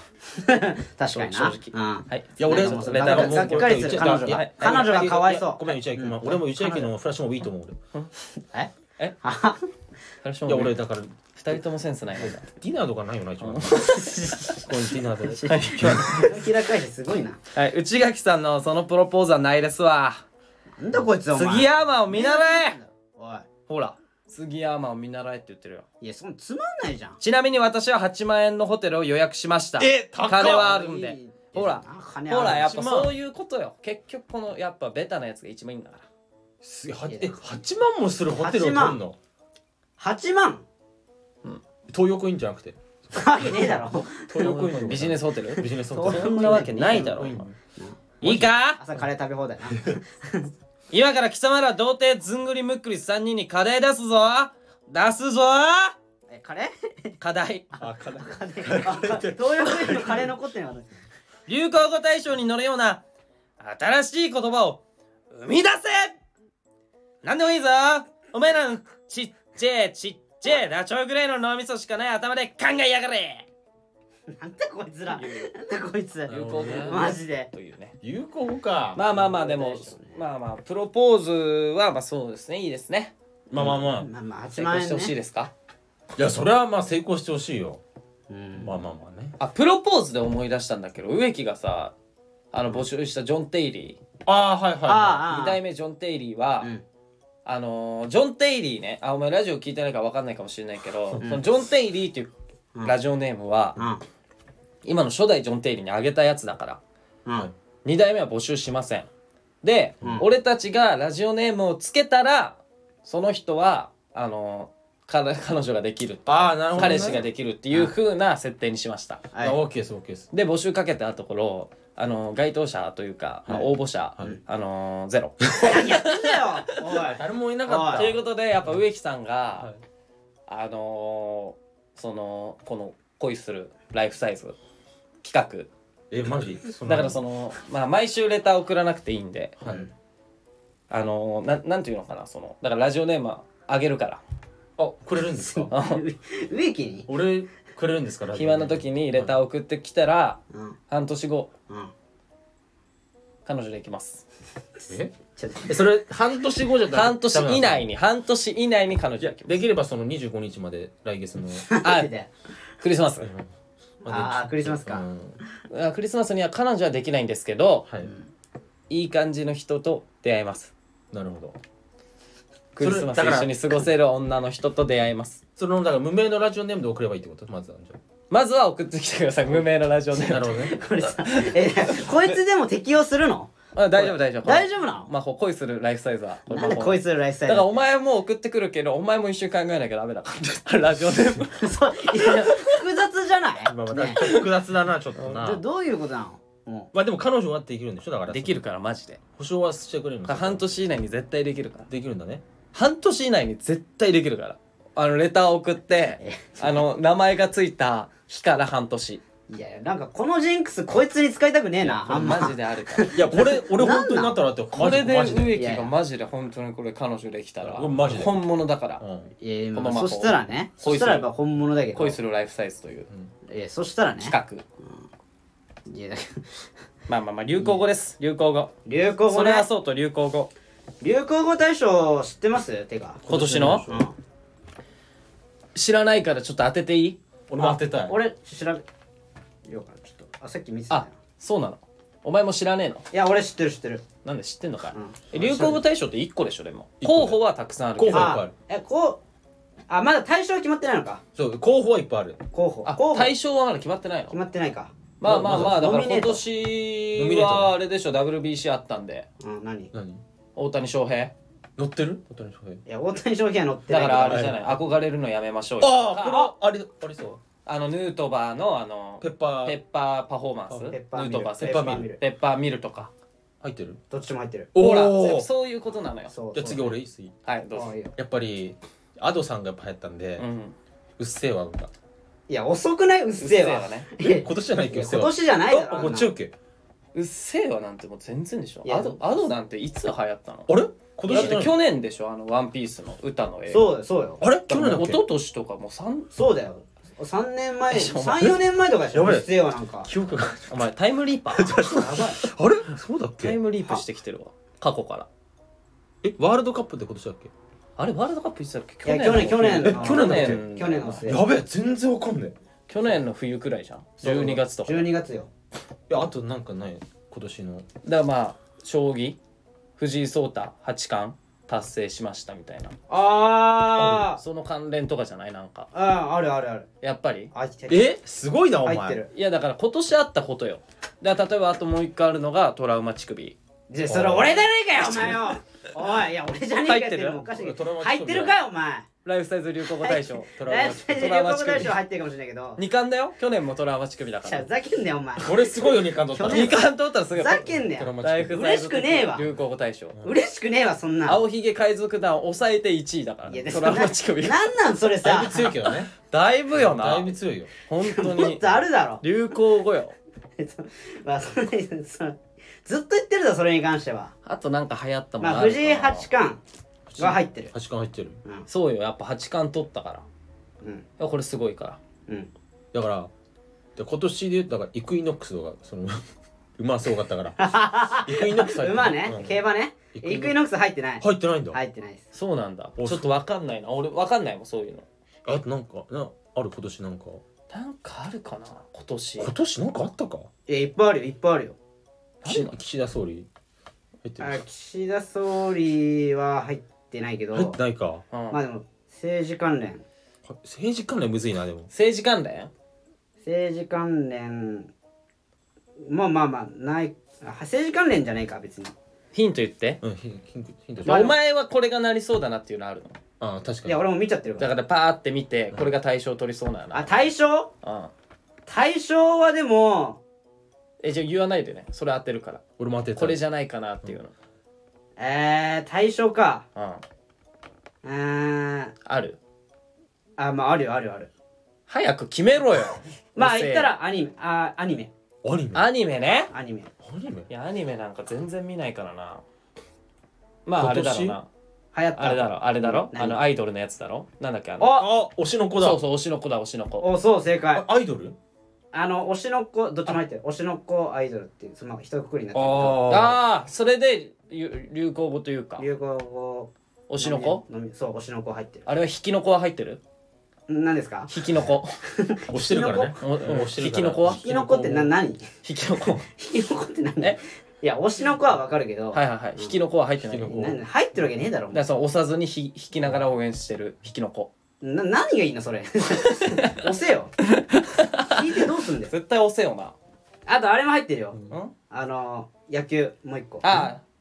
S1: 確かにな
S2: 正
S1: 直
S2: はい
S3: いや俺
S1: なんかもう
S2: レタ
S1: が
S2: ーもう
S1: がっかりす
S3: ち
S1: る
S3: ょっと
S1: 彼女
S3: い
S1: が
S3: や
S1: 彼女がかわい
S3: や
S1: そ
S3: ごめん内駅、まあ
S1: うん
S3: 俺も内駅のフラッシュモブいいと思う
S1: え
S2: え
S1: あ
S2: フラッシュモ
S3: 俺いや
S2: ブ
S3: 俺だからデ
S2: 二人ともセンスないな
S3: ィナーとかないよな一番こういうディナー で
S1: 明らかいすごいな
S2: はい内垣さんのそのプロポーズはないですわ
S1: なんだこいつお前
S2: 杉山を見習え
S1: おい
S2: ほら杉山を見習えって言ってるよ
S1: いやそんなつまんないじゃん
S2: ちなみに私は8万円のホテルを予約しました
S3: え高っ
S2: 金はあるん
S1: い
S2: で
S1: い
S2: ほら
S1: あ金ある
S2: ほらやっぱ
S3: 8万
S2: そういうことよ結局このやっぱベタなやつが一番いいんだから
S3: すげえはえ8万もするホテルを取
S1: 8
S3: んの
S1: 8万
S3: 東横インじゃなくて
S1: わけねえだろ
S3: 東横イン
S2: ビジネ
S3: ス
S2: スホテル
S3: ビジネスホテル
S2: そんなわけないだろ
S3: 東横
S2: いいか
S1: 朝カレー食べ放 題な
S2: 今から貴様ら童貞ずんぐりむっくり3人に課題出すぞ出すぞ
S1: えカレ
S2: 課題
S3: あかな
S1: ー 東洋園のカレー残ってんのかと
S2: 流行語大賞に乗るような新しい言葉を生み出せなんでもいいぞお前らのちっちゃいちっちゃいダチョウぐらいの脳みそしかない頭で考えやがれ
S1: なんだこいつらなんだこいつ
S3: 流行語ね
S1: マジで
S2: というね
S3: 有効か
S2: まあまあまあでもまあまあプロポーズはまあそうですねいいですね
S3: まあまあまあ
S1: まあまあ8
S2: 成
S1: 万円、ね、
S2: 功してほしいですか、
S3: いやそれはまあ成功してほしいよ
S1: うん
S3: まあまあまあね
S2: あプロポーズで思い出したんだけど植木がさあの募集したジョン・テイリ
S3: ああはいはいは
S2: ー
S1: ああ
S2: 2代目ジョン・テイリーは、
S1: うん
S2: あのージョン・テイリーねあお前ラジオ聞いてないから分かんないかもしれないけど、
S1: ん
S2: そのジョン・テイリーっていうラジオネームは、
S1: うん
S2: 今の初代ジョン・テイリーにあげたやつだから
S1: うん
S2: 2代目は募集しませんで、俺たちがラジオネームをつけたらその人はあのー彼彼女ができる
S3: ああなるほどね
S2: 彼氏ができるっていう風な設定にしました
S3: いあオッケーですオッケーです
S2: で募集かけたところあの該当者というか、まあ、応募者、あのーゼロ
S1: 何やってんだよお い
S3: 誰もいな
S1: かった
S2: ということでやっぱ植木さん
S3: は
S2: が
S3: い、
S2: あのーそのこの恋するライフサイズ企
S3: えマジ
S2: 画
S3: そん
S2: だ
S3: な
S2: からその、まあ、毎週レター送らなくていいんで
S3: はい
S2: あのーななんていうのかなそのだからラジオネームあげるから
S3: あくれるんですか
S1: 植木に
S3: 俺くれるんですか
S2: 暇な時にレター送ってきたら
S1: うん
S2: 半年後
S1: うん
S2: 彼女できます
S3: え
S1: ちょっと
S3: えそれ半年後じゃダメ
S2: 半年以
S3: ダメなん
S2: 内に半年以内に彼
S3: です
S2: 女
S3: かいや
S2: できま
S3: できればその25日まで来月の
S2: あ
S1: 待ってて
S2: すクリスマス
S1: あークリスマスか
S3: うん
S2: あクリスマスには彼女はできないんですけど
S3: はい
S2: いい感じの人と出会えます
S3: なるほど
S2: クリスマス
S3: それ
S2: 一
S3: だから
S2: 緒に過ごせる女の人と出会えます
S3: そのだから無名のラジオネームで送ればいいってことまずはじゃ
S2: まずは送ってきてください無名のラジオネ
S3: あなる
S2: ー
S3: ほ
S2: ム
S3: どね
S1: これさえこいつでも適用するの
S2: あ大丈夫大丈夫
S1: 大丈夫なの
S2: まあこう恋するライフサイズは
S1: なんでこい
S2: つ
S1: つらライフスタイ
S2: だ
S1: ル
S2: からお前も送ってくるけどお前も一瞬考えなきゃダメだからラジオネーム
S1: そういや複雑じゃない、
S3: まあまあ
S1: ね
S3: 複雑だなちょっと
S1: ど
S3: な
S1: どういうことなのも
S3: まあでも彼女はできるんでしょだから
S5: できるからマジで
S3: 保証はしてくれるんですよ
S2: 半年以内に絶対できるから
S3: できるんだね
S2: 半年以内に絶対できるからあのレター送ってあの名前がついた日から半年
S1: ういやなんかこのジンクスこいつに使いたくねえなあんま
S2: マジであるから
S3: いやこれ俺本当になったらって
S2: これで
S3: マジで
S2: 植木がマジで本当にこれ彼女できたら
S3: いやマジで
S2: 本物だから
S3: うん
S1: いや
S2: こ
S1: ま
S2: の
S1: あ
S2: ままこ
S1: そうしたらねそ
S2: 恋
S1: し
S2: す
S1: た
S2: る
S1: らやっぱ本物だけど
S2: 恋するライフサイズという
S1: いやそしたらね
S2: 企画
S1: いやだから
S2: まあまあまあ流行語です流行語
S1: 流行語
S2: それ
S1: ね
S2: はそうと流行語
S1: 流行語大賞知ってますてか
S2: 今年の
S1: うん
S2: 知らないからちょっと当てていい
S3: 俺も当てたい
S1: 俺調べようかなちょっとあさっき見せたよ
S2: あそうなのお前も知らねえの
S1: いや俺知ってる知ってる
S2: なんで知ってんのかい、
S1: うん
S2: え流行語大賞って1個でしょでも候補はたくさんあるけ
S3: 候補
S2: ど
S3: いっぱいあ
S1: あ
S3: る
S1: えこうあまだ大賞は決まってないのか
S3: そう候補はいっぱいある
S1: 候補
S2: あ
S1: 候補
S2: 対
S1: 決
S2: 象はまだ決まってないの
S1: まってないか
S2: まあまあまあだから
S1: ノミネー
S2: 今
S1: ト
S2: 年
S3: は
S2: はあれでしょ WBC あったんで
S1: うん何い
S3: 何
S2: 大谷翔平
S3: 乗ってる大谷翔平
S1: や大谷翔平は載ってな
S2: だ
S1: い
S2: からあれ
S1: れ
S2: じゃない憧れるのやめましょうよ
S3: ああこれはありありそう
S2: あのヌートバーのあの
S3: ペッパ
S2: ペッ
S3: ー
S2: パーパフォーマンス
S1: ペッパーミ
S2: ヌート
S1: ル
S2: バー
S1: ペッ
S2: ペッ
S1: パ
S2: パ
S1: ーミ
S2: ーミ
S1: ル
S2: ルペッパーミルとか
S3: 入ってる
S1: どっちも入ってる
S2: ほら
S3: おー
S2: そういうことなのよ
S1: そう
S3: じゃあ次俺いいっすいい
S2: はいどう
S1: あ
S2: ぞ
S1: いいよ
S3: やっぱりアドさんがやっぱ流行ったんで、う
S2: うん
S3: っせぇわが
S1: いや遅くないうっせえ
S2: うっ
S1: わ
S2: せぇわね
S1: いや
S3: 今年じゃないっけうっせぇ
S1: 今
S3: わ
S1: 年じゃないだろ
S3: あ
S1: あん
S3: こ
S1: な
S3: っちよっけ
S2: うっせぇわなんてもう全然でしょ
S1: いや
S2: アドアドなんていつ流行ったの
S3: あ
S2: だ
S3: れ今
S2: っ
S3: 年じゃな
S2: て
S3: い
S2: 去年でしょあのワンピースの歌の映画
S1: そうだよそうよ
S3: あれ去
S2: 去
S3: 年
S2: 年
S3: だっ
S2: 一
S3: け
S2: 昨年とかもう3
S1: そうだよ3年前
S2: しょ
S1: 34年前とかでしょ
S3: やばいう
S1: っせえわなんか
S3: 記憶が
S2: お前タイムリーパ ー
S1: やばい
S3: あれそうだっ
S2: タイ
S3: け
S2: ムリープしてきてるわ過去から
S3: えワールドカップって今年だっけ
S2: あれワールドカップいつだっけ
S1: いや去年去年
S3: え去年だっけ
S1: 去年の末
S3: やべえ全然わかんね
S2: 去年の冬くらいじゃん12月とかだか
S1: 12月よ
S3: えいやあとなんかない今年の
S2: らまあ将棋藤井聡太八冠達成しましたみたいな
S1: あ
S2: その関連とかじゃないなんか
S1: あああるあるある
S2: やっぱり
S1: あ入ってる
S3: えすごいなお前
S1: 入ってる
S2: いやだから今年あったことよだから例えばあともう一個あるのがトラウマ乳首
S1: じゃあそれ俺じゃねえかよお前よおいい や俺じゃねえかよっていうのもおかしいけど入
S3: 入
S1: っ
S3: ってて
S1: る
S3: る
S1: かよお前
S2: ライフサイズ流行語大賞ト
S1: ライフサイズ流行語大
S2: 乳
S1: 賞入ってるかもしれないけど
S2: 首2冠だよ去年もトラウマ乳首だか
S1: じゃあ
S2: ら
S1: ふざけんなよお前ふ
S3: 俺すごいよ2冠取
S1: 去
S3: った
S1: 年
S2: 2冠取ったらすごい
S1: ざけんな
S3: ドラ
S1: よ
S3: マ
S2: ライフサイ
S1: 嬉
S2: ズ的
S1: しくねえわ
S2: 流行語大賞
S1: 嬉しくねえわそんなん
S2: 青ひげ海賊団を抑えて1位だから
S1: いや
S2: ね
S1: で
S2: トラウマ乳首
S1: ななんなんそれ
S3: だ
S1: さ
S3: いぶ強いけ どね
S2: だいぶよな
S3: だいぶ強いよ
S2: 本当
S1: もっ
S2: に
S1: とあるだろ
S2: 流行語よ
S1: まあそれそれずっと言ってるぞそれに関しては
S2: あとなんか流行ったもん
S1: まあ
S2: るか
S1: 藤
S2: な
S1: 井八冠が入ってる
S3: 8冠入ってる
S1: うん
S2: そうよやっぱ八冠取ったから
S1: う
S2: い
S1: ん
S2: やこれすごいから
S1: うん
S3: だからで今年で言うとだからイクイノックスとかその 馬すごかったから イクイノックス入ってる
S1: 馬ね
S3: うん
S1: 競馬ね
S3: イ
S1: イ
S3: クイノ
S1: クイノックス入ってない
S3: 入ってないんだ
S1: 入ってないです
S2: そうなんだ
S3: お
S2: ちょっとわかんないな俺わかんないもんそういうの
S3: あとなんかなある今年なんか
S2: なんかあるかな今年
S3: 今年なんかあったか
S1: いやいっぱいあるよいっぱいあるよ
S2: 何
S3: 岸
S2: が
S3: 岸田総理入って
S1: あ
S3: る
S1: 岸田総理は入ってないけど
S3: 入ってないか
S2: うん
S1: まあでも政治関連
S3: 政治関連むずいなでも
S2: 政治関連
S1: 政治関連まあまあまあないあ政治関連じゃないか別に
S2: ヒント言って
S3: うんヒンヒントヒント
S2: お前はこれがなりそうだなっていうのあるの
S3: ああ確か
S1: い
S3: に
S1: や俺も見ちゃってるか
S2: だ
S1: ら
S2: からパーって見てこれが対象取りそうなの
S1: あ対象
S2: うん
S1: 対象はでも
S2: えじゃあ言わないでねそれ当てるから
S3: 俺も当てた
S2: これじゃないかなっていうの
S1: えー、対象か
S2: うん
S1: うーん
S2: ある
S1: あまああるよあるよある
S2: 早く決めろよ
S1: ま
S2: う
S1: あ
S2: るせ
S1: 言
S2: え
S1: ったらアニメあアニメ
S3: アニメア
S2: アニメね
S1: アニメ
S3: ニメ
S2: いやアニメなんか全然見ないからなまああれだろう
S3: 今
S2: な
S1: 流行った
S2: あれだろあれだろ
S1: 何
S2: あのアイドルのやつだろなんだっけあの
S1: あ
S3: あ推しの子だ
S2: そうそう推しの子だ推しの子
S1: おそう正解
S3: あアイドル
S1: あの推しの子どっちも入ってる推しの子アイドルっていうその一括りになってるけど
S3: ああ
S2: ああーそれでゆ流行語というか
S1: 流行語
S2: 推しの子
S1: のみそう推しの子入ってる
S2: あれは引きの子は入ってる
S1: ん何ですか
S2: 引きの子
S3: 押してるからね
S2: おお
S3: うん押してるか
S2: 引き
S3: ら
S2: の子は
S1: 引きの子ってな何引
S2: 引きの子は
S1: きの子って 何
S2: え
S1: いや推しの子はわかるけど、
S2: い はいはい引きの子は入ってない
S3: 引きの
S2: だ
S3: 子
S1: な入ってるわけねえだろ
S2: からその押さずにひ引きながら応援してる引きの子
S1: な何がいいのそ れ押せよ聞いてどうす んだよ
S2: 絶対押せよな
S1: あとあれも入ってるよ、
S2: ん
S1: あの野球もう一個
S2: あ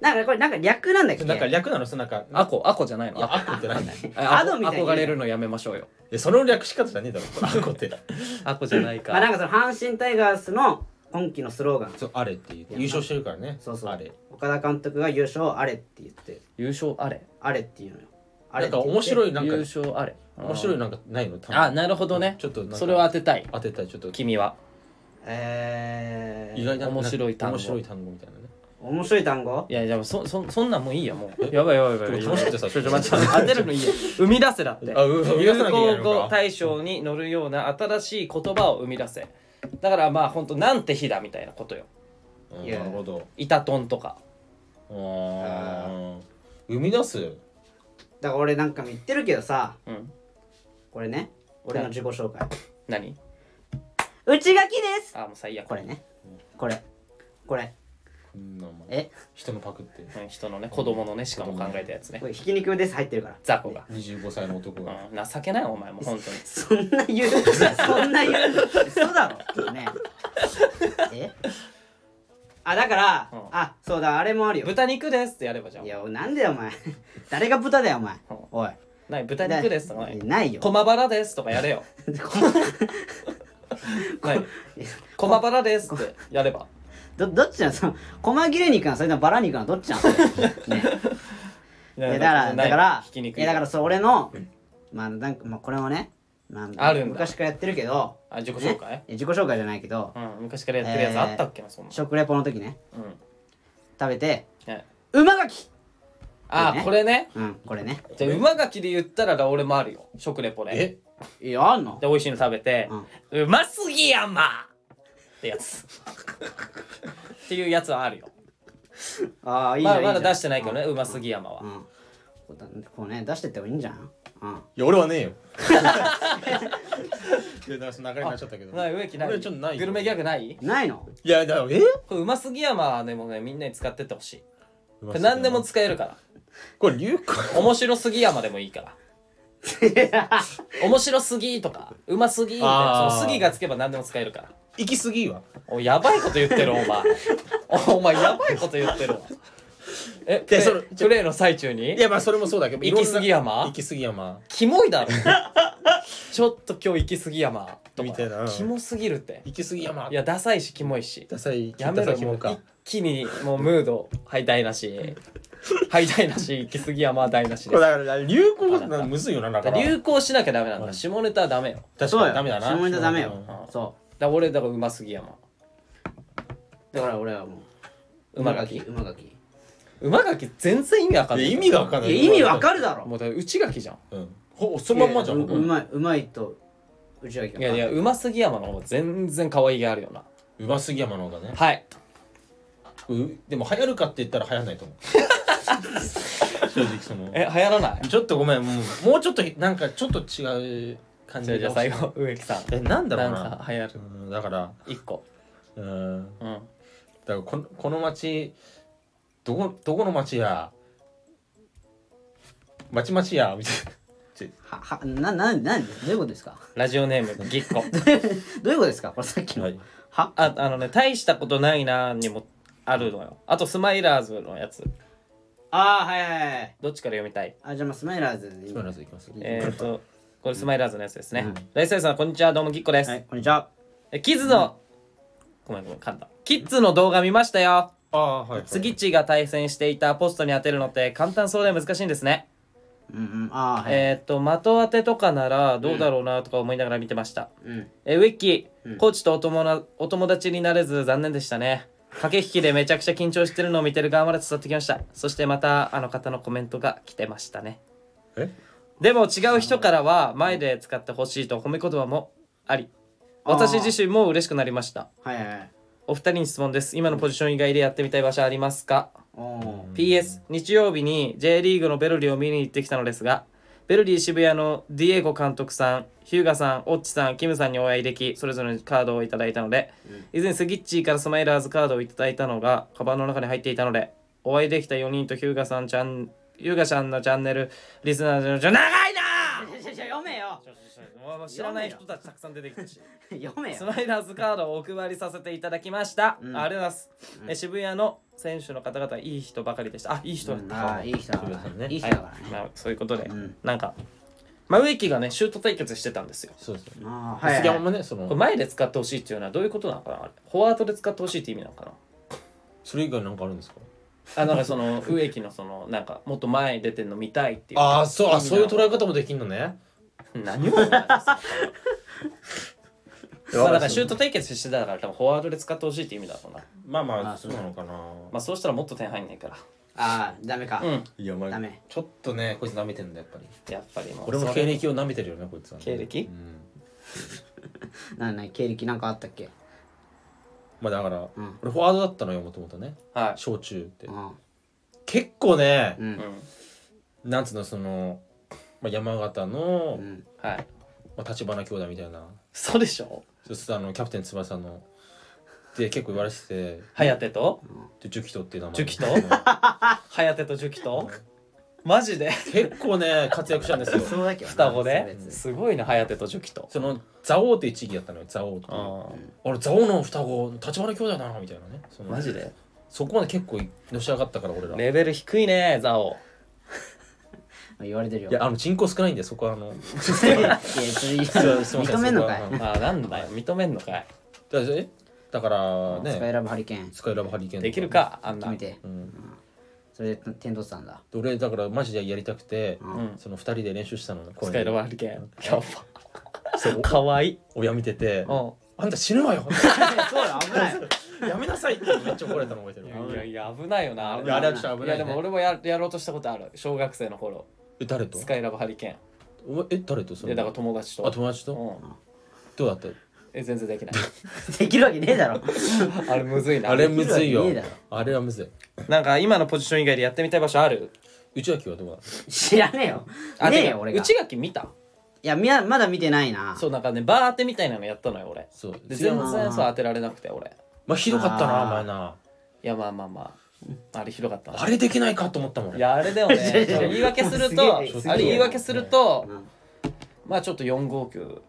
S1: なんかこれなんか略なんだっけ
S3: なんか略なのそのなんか
S2: あこあこじゃない
S3: いや
S2: の
S3: アコって何い
S2: あ
S1: アドみたいに言うな
S2: 憧れるのやめましょうよ
S3: やその略し方じゃねえだろこれアコって
S2: あこじゃない
S1: まあなん
S2: か
S1: かその阪神タイガースの今季のスローガン
S3: そうあれっていう優勝してるからね
S1: そうそう
S3: あれ
S1: 岡田監督が優勝あれって言って
S2: 優勝あれ
S1: あれっていうのよあ
S3: な
S1: れ
S3: んか面白
S1: い
S3: いなん
S2: 優
S3: か
S2: 勝あれ
S3: 面白いなんかないの多分
S2: あなるほどね
S3: ちょっとなんか
S2: それを当てたい
S3: 当てたいちょっと
S2: 君は
S1: え
S3: 意外な
S2: 面白い単語
S3: 面白い単語みたいなね
S1: ー、面白い単語
S2: いやいやそそそんなんもういいよもうやばいやばいやばい
S3: ちょっと楽しくてさ
S2: ちょちょ待って当てるのいいよ生み出せだって
S3: あうん生み
S2: 流
S3: 出さなきゃいけない
S2: 行
S3: のか
S2: 語大賞に乗るような新しい言葉を生み出せだからまあほんとなんて日だみたいなことよ
S3: うん
S1: いや
S3: なるほど
S2: イタトンとか
S3: あー生み出す
S1: だから俺なんかも言ってるけどさ
S2: うん
S1: これね俺の自己紹介
S2: 何
S1: 内垣です
S2: あもう最悪
S1: これねこれこれ
S3: こんなもん
S1: え
S3: 人のパクって
S2: うん人のね子供のねしかも考えたやつね
S1: これひき肉です入ってるから
S2: 雑魚が、
S3: 25歳の男が
S2: うん、情けないお前も本当に
S1: そんな言うそんな言う嘘だろ ねえあだから、
S2: うん
S1: あそうだあれもあるよ
S2: 豚肉ですってやればじゃん
S1: いやおなんでよお前 誰が豚だよお前
S2: うん
S1: おい
S2: ない豚肉ですとか
S1: な
S2: な
S1: い
S2: い
S1: ないよ
S2: 駒原ですとかやれよない駒原ですってやれば
S1: ど どっちなのその細切れ肉なのそれともバラ肉なのどっちな のねいやだからだから
S2: ひき肉
S1: いやだからそう俺のまあなんかまあこれもねま
S2: あるんだ
S1: 昔からやってるけど
S2: あ自己紹介、
S1: え自己紹介じゃないけど
S2: うん昔からやってるやつあったっけな、そんな
S1: 食レポの時ね
S2: うん
S1: 食べて
S2: はい
S1: 馬垣
S2: あ
S1: ね
S2: これね
S1: うんこれね
S2: じゃあ馬垣で言ったら俺もあるよ食レポで
S3: え
S1: いやあんの
S2: で美味しいの食べて
S1: うん
S2: 「うますぎやま!」ってやつっていうやつはあるよ
S1: ああいいじ
S2: ま
S1: ゃ
S2: だ
S1: ん
S2: まだ
S1: いいじゃん
S2: 出してないけどねうますぎ山は
S1: うんこうだこうね出してってもいいんじゃんうん
S3: いや俺はねえ よいやだからその流れになっちゃったけど
S2: ない植木ない
S3: 俺ちょっとないよ
S2: グルメギャグない
S1: ないの
S3: いやだからえ
S2: これうますぎ山でもねみんなに使ってってほしいこ
S3: こ
S2: れ何でも使えるから
S3: これ流行
S2: 面白すぎ山でもいいから 面白すぎとかうますぎみたい
S3: あ
S2: な
S3: ー
S2: そのすぎがつけば何でも使えるから
S3: 行き過ぎは
S2: おやばいこと言ってるお前おお前やばいこと言ってるわえプレ
S3: その
S2: プレーの最中に
S3: いやまあそれもそうだけ ど
S2: 行き過ぎ山
S3: 行き過ぎ山
S2: キモいだろ ちょっと今日行き過ぎ山とか
S3: みたいなうん
S2: キモすぎるって
S3: 行き過ぎ山
S2: いやダサいしキモいし
S3: ダサい
S2: やめ
S3: ダ
S2: ろ
S3: サい
S2: も
S3: 紐
S2: う
S3: か
S2: 一気にもうムードはい台無しはい台無し行き過ぎ山は台無し
S3: こ
S2: で
S3: れ
S2: す
S3: だから流行語なんかむずいよなだから
S2: 流行しなきゃダメなんだ下ネタはダメよだか
S3: 確
S1: そう
S3: か
S1: よ
S3: にダメだな
S1: 下ネタダメよ
S2: うん
S1: そ
S2: ら俺だからうますぎ山
S1: うだから俺はもう
S2: 馬垣
S1: 馬垣
S2: 馬垣全然意味わかん
S3: い
S2: な
S3: や
S2: い
S3: 意味がわかん
S1: い
S3: な
S1: や
S3: い
S1: 意味わかるだろ
S2: もうだから内垣じゃん
S3: うんほそのまんまじゃん
S1: いやう
S3: ほ
S1: う
S3: ぼ
S1: まいうまいと内垣
S2: いやいやうますぎ山の方が全然可愛げあるよな
S3: うますぎ山の方がね
S2: はいう
S3: でも流行るかって言ったら流行んないと思う正直その
S2: え流行らない
S3: ちょっとごめんもうもうちょっとなんかちょっと違う感
S2: じ
S3: じ
S2: ゃあ
S3: で
S2: じゃあ最後植木さん
S3: えなんだろう
S2: なん
S3: な
S2: か流行る
S3: うんだから
S2: 一個
S3: うん
S2: うん
S3: だからこのこの町どこどこの町や町町やみたいな
S1: ははなななどういうことですか
S2: ラジオネームぎっ こ
S1: どういうことですかこれさっきの、
S3: はい
S1: は
S2: ああのね大したことないなにもあるのよあとスマイラーズのやつ
S1: ああはいはいはい
S2: どっちから読みたい
S1: あじゃあまあスマイラーズに
S3: スマイラーズいきます
S2: えっ、ー、とこれスマイラーズのやつですね、
S1: うん
S2: 大生さんこんにちはどうもぎっこです、
S1: はいこんにちは
S2: えキッズの、ごめんごめん噛んだキッズの動画見ましたよ
S3: ああはい、はい、
S2: スギッチが対戦していたポストに当てるのって簡単そうで難しいんですね
S1: うんうんああはい、
S2: えっ、と的当てとかならどうだろうなとか思いながら見てました、
S1: うん
S2: えウィッキー、
S1: うん
S2: コーチとお友なお友達になれず残念でしたね駆け引きでめちゃくちゃ緊張してるのを見てる側まで伝わってきましたそしてまたあの方のコメントが来てましたね
S3: え
S2: でも違う人からは前で使ってほしいと褒め言葉もあり
S1: あー
S2: 私自身も嬉しくなりました
S1: はいはいはい
S2: お二人に質問です今のポジション以外でやってみたい場所ありますか
S1: おお
S2: PS 日曜日に J リーグのベルディを見に行ってきたのですがベルディ渋谷のディエゴ監督さんヒューガさんオッチさんキムさんにお会いできそれぞれのカードをいただいたので、以前スギッチーからスマイラーズカードをいただいたのがカバンの中に入っていたのでお会いできた4人とヒューガさんちゃんヒューガさんのチャンネルリスナーの長いな
S1: ちょちょちょ読めよ
S2: ちょちょちょもう知ら ない人たちたくさん出てきたし
S1: 読め
S2: ス
S1: よ
S2: ライダーズカードをお配りさせていただきました、
S1: うん
S2: ありがとうございます、え渋谷の選手の方々いい人ばかりでしたあいい人だった、
S1: ああいい人だから
S3: そうですね
S1: いい人だからね
S2: まあ、そういうことで、
S1: うん
S2: なんか真植木がねシュート対決してたんですよ
S3: そうですよね
S1: ああはい
S3: 杉
S1: は
S3: 山
S1: い
S3: もねそ
S2: これ
S3: の
S2: 前で使ってほしいっていうのはどういうことなのかなあれフォワードで使ってほしいって意味なのかな
S3: それ以外なんかあるんですか
S2: あなんかそ の植木のそのなんかもっと前に出てんの見たいっていう
S3: ああそうあそういう捉え方もできんのね
S2: 何を言うんです かまあだからシュート対決してたから多分フォワードで使ってほしいって意味だろうな
S3: まあま
S1: あ
S3: あ
S1: そ
S3: そううなのかな
S2: まあそうしたらもっと点入んないから
S1: ああダメか
S2: うん
S3: いやま
S1: ダメ
S3: ちょっとねこいつ舐めてんだやっぱり
S2: やっぱりもう
S3: 俺も経歴を舐めてるよねこいつはね
S2: 経歴
S3: うん
S1: なんなん経歴なんかあったっけ
S3: まあだから
S1: うん
S3: 俺フォワードだったのよもともとね
S2: は
S3: 小中って
S1: うん
S3: 結構ね
S1: う
S2: い、
S1: ん
S2: うん、
S3: なんつうのそのまあ山形の
S1: うん
S2: はい
S3: まあ立花兄弟みたいな
S2: そうでしょ
S3: そしてあのキャプテン翼ので結構言われてて
S2: 颯と
S3: でジュキトっていう名前
S2: ジュキト
S3: うん
S2: 颯と樹とマジで
S3: 結構ね活躍したんですよ
S1: そうだけどな
S2: 双子
S1: それ
S2: で
S1: 別に
S2: すごいな颯と樹と
S3: その蔵王って一義だったのよ蔵王っていう
S2: あ
S3: 俺蔵王の双子立花兄弟だなみたいなねそ
S2: あ
S3: の
S2: マジで
S3: そこまで結構のし上がったから俺ら
S2: レベル低いねザオ
S1: 言われてるよ
S3: いやあの人口少ないんでそこは あ
S1: い
S3: の
S1: やいやそれ
S3: そうすいませ
S1: 認めんのかい
S3: そこは
S2: ああなんだよ認めんのかい
S3: だからえだから
S1: スカイ
S3: ね
S1: ラブハリケーン
S3: スカイラブハリケーンと
S2: できるかあん
S1: 決
S2: な
S1: めて
S3: うん
S1: それで点取ってたんだ
S3: で俺だからマジでやりたくて
S2: ん
S3: その二人で練習したの
S2: スカイラ
S3: ブ
S2: バーリケーンやっぱかわいい
S3: 親見てて
S2: うん
S3: あんた死ぬわよ
S1: そ うだ危ない
S3: やめなさいってめっちゃ怒られたの覚えてる
S2: いやいや危ないよな
S3: やあれはちょっと危
S2: いや
S3: ない
S2: でも
S3: ね
S2: 俺もややろうとしたことある小学生の頃
S3: え誰と
S2: スカイラブハリケ
S3: お前え誰と
S2: ー
S3: そ
S2: ンで
S3: の
S2: だから友達と
S3: あ友達と
S2: うん
S3: どうだった
S2: え全然できない
S1: できるわけねえだろ
S2: あれむずいな
S3: あれむずいよ
S1: いいだろ
S3: あれはむずい
S2: なんか今のポジション以外でやってみたい場所ある
S3: 内垣はどうだった
S1: 知らねえよ
S2: あ
S1: ねえ
S2: てか
S1: よ俺がい
S2: 内垣見た
S1: やみやまだ見てないな
S2: そうなんかねバー当てみたいなのやったのよ俺
S3: そう
S2: で全
S1: う
S2: 然そう当てられなくて俺
S3: まあひどかった
S1: あ
S3: な
S1: ー
S3: お前ない
S2: やまあまあまああれひどかったな
S3: あれできないかと思ったもん
S2: い
S3: 俺
S2: やあ れだよ
S1: いや
S2: ね
S1: いや
S2: 言い訳する
S1: す
S2: と
S1: げえすげえ
S2: あれ言い訳すると
S1: うん
S2: まあちょっと4号球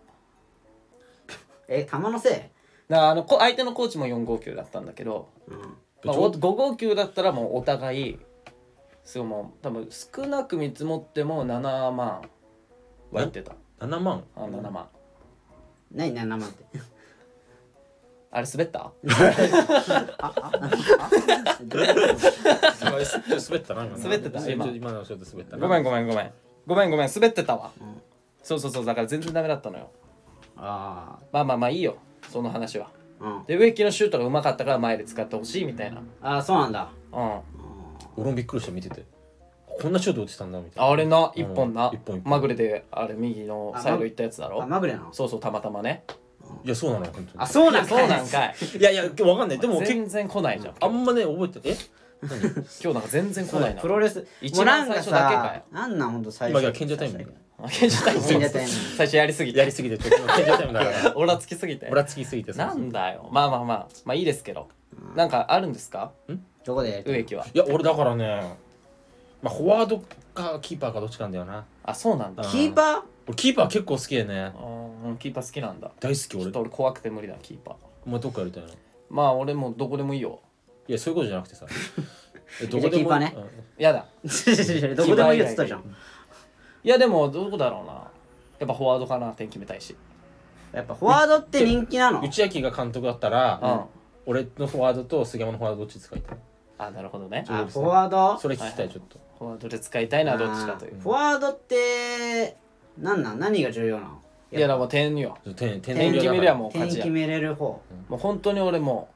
S1: え球のせ
S2: だからあのこ相手のコーチも4号球だったんだけど、
S1: いうん
S2: まあ、5号球だったらもうお互いすごいもう多分少なく見積もっても7万は言ってた
S3: 7万
S2: あ7万
S1: 何何生って
S2: あれ滑った
S3: すごいちょっと滑ったな今
S2: 滑ってた
S3: 今
S2: 今
S3: 今のちょっと滑ったな
S2: ごめんごめんごめんごめんごめん滑ってたわ、そうそうそうだから全然ダメだったのよ
S1: あ
S2: まあまあまあいいよその話は
S1: あうん
S2: で植木のシュートがうまかったから前で使ってほしいみたいな
S1: ああそうなんだ
S2: うん
S3: 俺もびっくりした見ててこんなシュート打ってたんだみたいな
S2: あれな一本な、
S3: うん一本一本
S2: まぐれであれ右のサイド行ったやつだろ
S1: あまぐれなの
S2: そうそうたまたまね
S3: いやそうなのよ本当に
S1: あそう
S2: い
S1: な
S2: や
S1: ん
S2: そ
S1: か
S2: う
S1: い
S2: なんかい
S3: いやいやわかんないでも結
S2: 全然来ないじゃん
S3: 構あんまね覚えてえ
S2: 今日なんか全然来ないな
S1: プロレス
S2: 一
S1: もう
S2: 番
S1: なんか
S2: 最初だけか
S1: さ
S2: よ
S1: なんなんほんと最
S3: 今
S1: 初
S3: いや賢者タイムだよ
S2: 賢者タイム
S1: 賢者タイム
S2: 最初やりすぎて
S3: やりすぎてちょっと緊張タイム だから
S2: オラつきすぎて
S3: オラつきすぎてそう
S2: な
S3: そうん
S2: だよまあまあまあまあいいですけどなんかあるんですか
S1: どこでやりたい
S2: 植木はい
S3: や俺だからねまあフォワードかキーパーかどっちかなんだよな
S2: あそうなんだ
S3: うん
S1: キーパー
S3: 俺キーパー結構好きでね
S2: うんキーパー好きなんだ
S3: 大好き
S2: ちょっ
S3: 俺
S2: と俺怖くて無理だキーパー
S3: お前どっかやりたいのい
S2: まあ俺もどこでもいいよ
S3: やそういうことじゃなく てさえ
S1: キーパーね
S3: うん
S2: やだ
S1: どこで もいいよっつったじゃん
S2: いやでもどこだろうなやっぱフォワードかな点決めたいし
S1: やっぱフォワードって人気なの
S3: 内明が監督だった
S2: うん
S3: ら
S2: あ
S3: 俺のフォワードと杉山のフォワードどっち使いたい
S2: なるほどね
S1: あフォワード
S3: それ聞きたいちょっと
S2: フォワードで使いたいのはどっちかという
S1: フォワードってなんなん何が重要なの
S2: いやだからもう点よ
S3: 点点
S2: 点決めりゃもう
S1: 点
S2: 勝ちや
S1: 決めれる方
S2: もう本当に俺も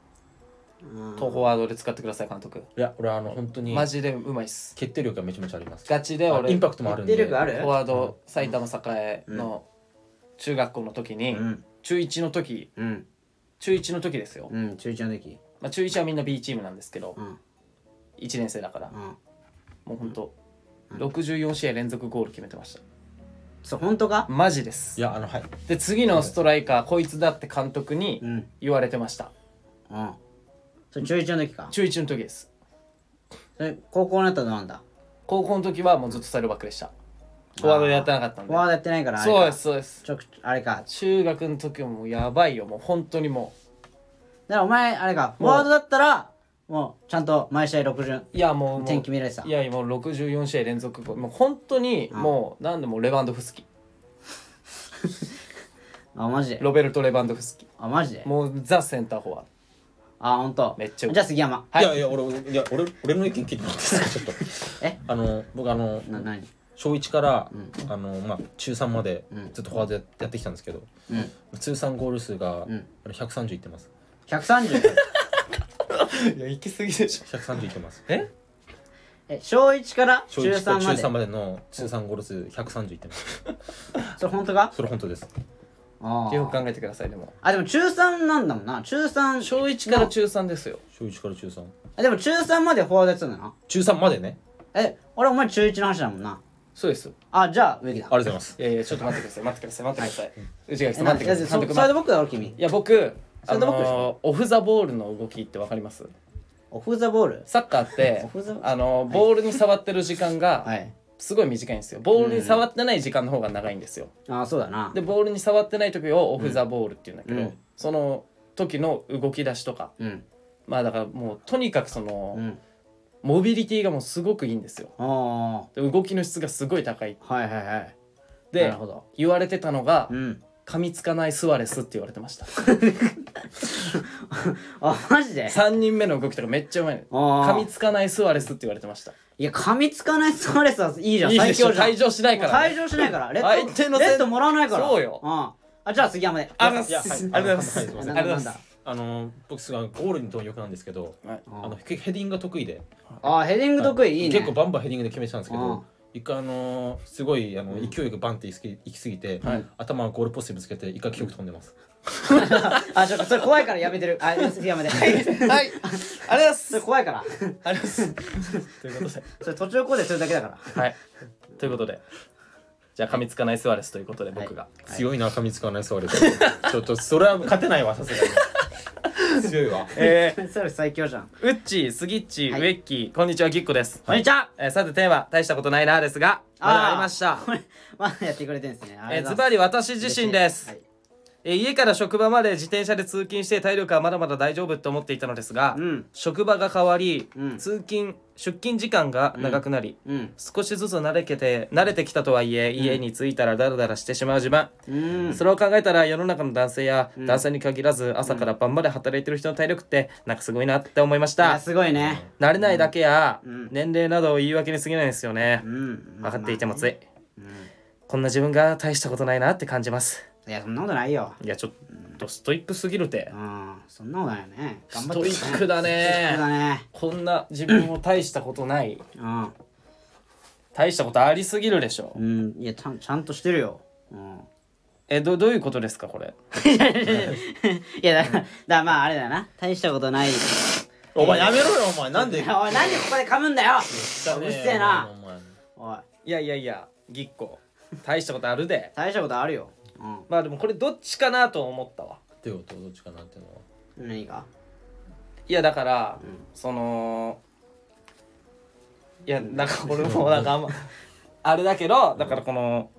S1: うん
S2: う、とフォワードで使ってください、監督。
S3: いや俺あの本当に
S2: マジでうまいっす。
S3: 決定力がめちゃめちゃあります
S2: ガチで
S3: あ
S2: 俺、
S3: インパ
S2: フ
S3: クトもあるん
S1: 決定
S3: で
S1: 力ある
S2: ォワード埼玉栄の中学校の時
S1: う
S2: に、
S1: ん
S2: 中1の時、
S1: うん
S2: 中1の時ですよ。
S1: うん中1の時
S2: まあ、中1はみんな B チームなんですけど
S1: う、ん
S2: 1年生だから
S1: う、ん
S2: もうほんと、64試合連続ゴール決めてました。
S1: そう本当か
S2: マジです
S3: い。やあのはい
S2: で、次のストライカー、こいつだって監督に
S1: うんうん
S2: 言われてました。
S1: それ中1の時か
S2: 中1の時です。
S1: それ高校になったらどうなんだ
S2: 高校の時はもうずっとサイドバックでした。フォワードやってなかったん
S1: フ
S2: で
S1: ォワードやってないからあれか
S2: そうですそうです
S1: ちょくあれか
S2: 中学の時はもうやばいよもう本当にも
S1: だからお前あれかフォ
S2: もう
S1: ワードだったらもうちゃんと毎試合6巡
S2: ういやもうもう
S1: 点決められてた
S2: いやもう64試合連続もう本当にもうなんでもうレバンドフスキ
S1: あマジで
S2: ロベルト・レバンドフスキ
S1: あマジで
S2: もうザ・センターフォワード
S1: あ本当。
S2: めっちゃうまい
S1: じゃあ杉山
S2: はい
S3: いやいや俺いや俺俺の意見聞いてもらっていいですかちょっと
S1: え
S3: あの僕あの
S1: な何
S3: 小1から、あのまあ、中3までずっとフォワードややってきたんですけど、
S1: うん
S3: 通算ゴール数が、
S1: ん
S3: あれ130いってます
S1: 130
S2: いや行き過ぎでしょ
S3: 130いってます
S2: え
S1: え小1から中
S3: 小1
S1: 3
S3: と中
S1: まで
S3: 3までの通算ゴール数130いってます
S1: それ本当か
S3: それ本当です
S1: あ
S2: よく
S1: ー
S2: 考えてくださいでも
S1: あでも中3なんだもんな中3
S2: 小1から中3ですよ
S3: 小1から中3
S1: あでも中3までフォワードやってたんだな
S3: 中3までね
S1: え俺お前中1の話だもんな
S2: そうです
S1: あじゃあ植木だ
S3: ありがとうございます
S2: いやいやちょっと待ってください待ってください待ってください内垣
S1: え
S2: さん
S1: な
S2: 待
S1: ん
S2: って
S1: で
S2: くださ
S1: そ
S2: い
S1: そ
S2: 監督
S1: れ
S2: 待っ
S1: で
S2: て
S1: 僕だろ君
S2: いや僕
S1: そ
S2: あ
S1: れで僕でし
S2: のオフ・ザ・ボールの動きってわかります
S1: オフ・ザ・ボール
S2: サッカーって
S1: オフザボール
S2: あのボールに触ってる時間
S1: は
S2: が
S1: い
S2: すごい短いんですよボールに触ってない時間の方が長いんですよ
S1: あそうだな
S2: でボールに触ってない時をオフ・ザ・ボールっていうんだけど、
S1: うん
S2: その時の動き出しとか
S1: うん
S2: まあだからもうとにかくその、
S1: うん
S2: モビリティがもうすごくいいんですよ
S1: ああは
S2: で動きの質がすごい高い
S1: いはいはいな
S2: で
S1: るほど
S2: 言われてたのが
S1: うん
S2: 噛みつかないスワレスって言われてました
S1: あマジで
S2: 3人目の動きとかめっちゃうまいの
S1: あー
S2: 噛みつかないスワレスって言われてました
S1: いや噛みつかないストレスはいいじゃん
S2: いいで
S1: 最
S2: し
S1: 強
S2: ょ
S1: じゃん
S2: 退場しないから、
S1: 退
S2: ね、
S1: 場しないからレッド
S2: 相手のせん
S1: レッドもらわないから
S2: そうよ
S1: うんあじゃあ杉山で
S2: ありがとうございます
S3: いやは
S2: ありがとう
S3: い
S2: ございますあ
S3: はい
S2: り
S1: なんだな
S2: がとうござ
S1: いん
S2: ます
S1: だ
S3: あの僕すごいゴールに貪欲なんですけど
S2: はい
S3: あのヘヘディングが得意で
S1: あヘディング得意いいね
S3: 結構バンバンヘディングで決めてたんですけ
S1: うん
S3: ど一回あのーすごいあの勢いよくバンって行き過ぎ行き過ぎて、頭をゴールポストにぶつけて一回記憶飛んでます、
S1: あちょっとそれ怖いからやめてるあ杉山で
S2: はい、ありがとうございま
S1: それ
S2: す
S1: 怖いから
S2: ありがとうございますということで
S1: それ途中交代するだけだから
S2: はいということでじゃあ噛みつかないスワレスということで僕が、
S3: 強いな髪使わないそうです ちょっとそれは勝てないわさすがに強いわ
S2: え
S1: それ最強じゃん
S2: ー、ウッチー、スギッチー、
S1: はい
S2: ウェッキー、こんにちは、ぎっこです。
S1: こんにちは
S2: えーさて、テーマ、大したことないな、ですが、まだありました。
S1: これまだやってくれてるんですねあ
S2: え
S1: り
S2: ー
S1: がと
S2: ズ
S1: うござ
S2: バ
S1: い
S2: リ私
S1: ます
S2: 自身です、
S1: はい
S2: えー家から職場まで自転車で通勤して体力はまだまだ大丈夫と思っていたのですが、
S1: うん
S2: 職場が変わり、
S1: うん
S2: 通勤出勤時間が長くなり、
S1: うん
S2: 少しずつ慣れけて慣れてきたとはいえ、家に着いたらダラダラしてしまう自慢、
S1: うん
S2: それを考えたら世の中の男性や、男性に限らず朝から晩まで働いてる人の体力ってなんかすごいなって思いまし
S1: い
S2: た、
S1: やすごいね
S2: 慣れないだけや、
S1: ん
S2: 年齢などを言い訳に過ぎないですよね、
S1: うん
S2: 分かっていてもつ
S1: い
S2: い、こんな自分が大したことないなって感じます
S1: いやそんなことないよ
S2: いやちょっとストイックすぎるて
S1: うんそんなことないよね頑張っ
S2: ス
S1: て
S2: ト
S1: る
S2: イ
S1: ね
S2: ックだ
S1: そうだ
S2: ね
S1: ね
S2: こんな自分を大したことない
S1: うん
S2: 大したことありすぎるでしょ
S1: うんいやちゃんちゃんとしてるよ うん
S2: えどどういうことですかこれ
S1: いやだから、だからまああれだよな大したことない
S3: お前やめろよお前なんで
S1: いやおいなんでここで噛むんだようるせえな
S3: お前
S1: おい
S2: いやいやいやぎっこ大したことあるで
S1: 大したことあるようん
S2: まあでもこれどっちかなと思ったわ
S3: ってことどっちかなっていうのは
S1: 何が
S2: いやだから、そのいやなんか俺もなんかあんまあれだけどだからこの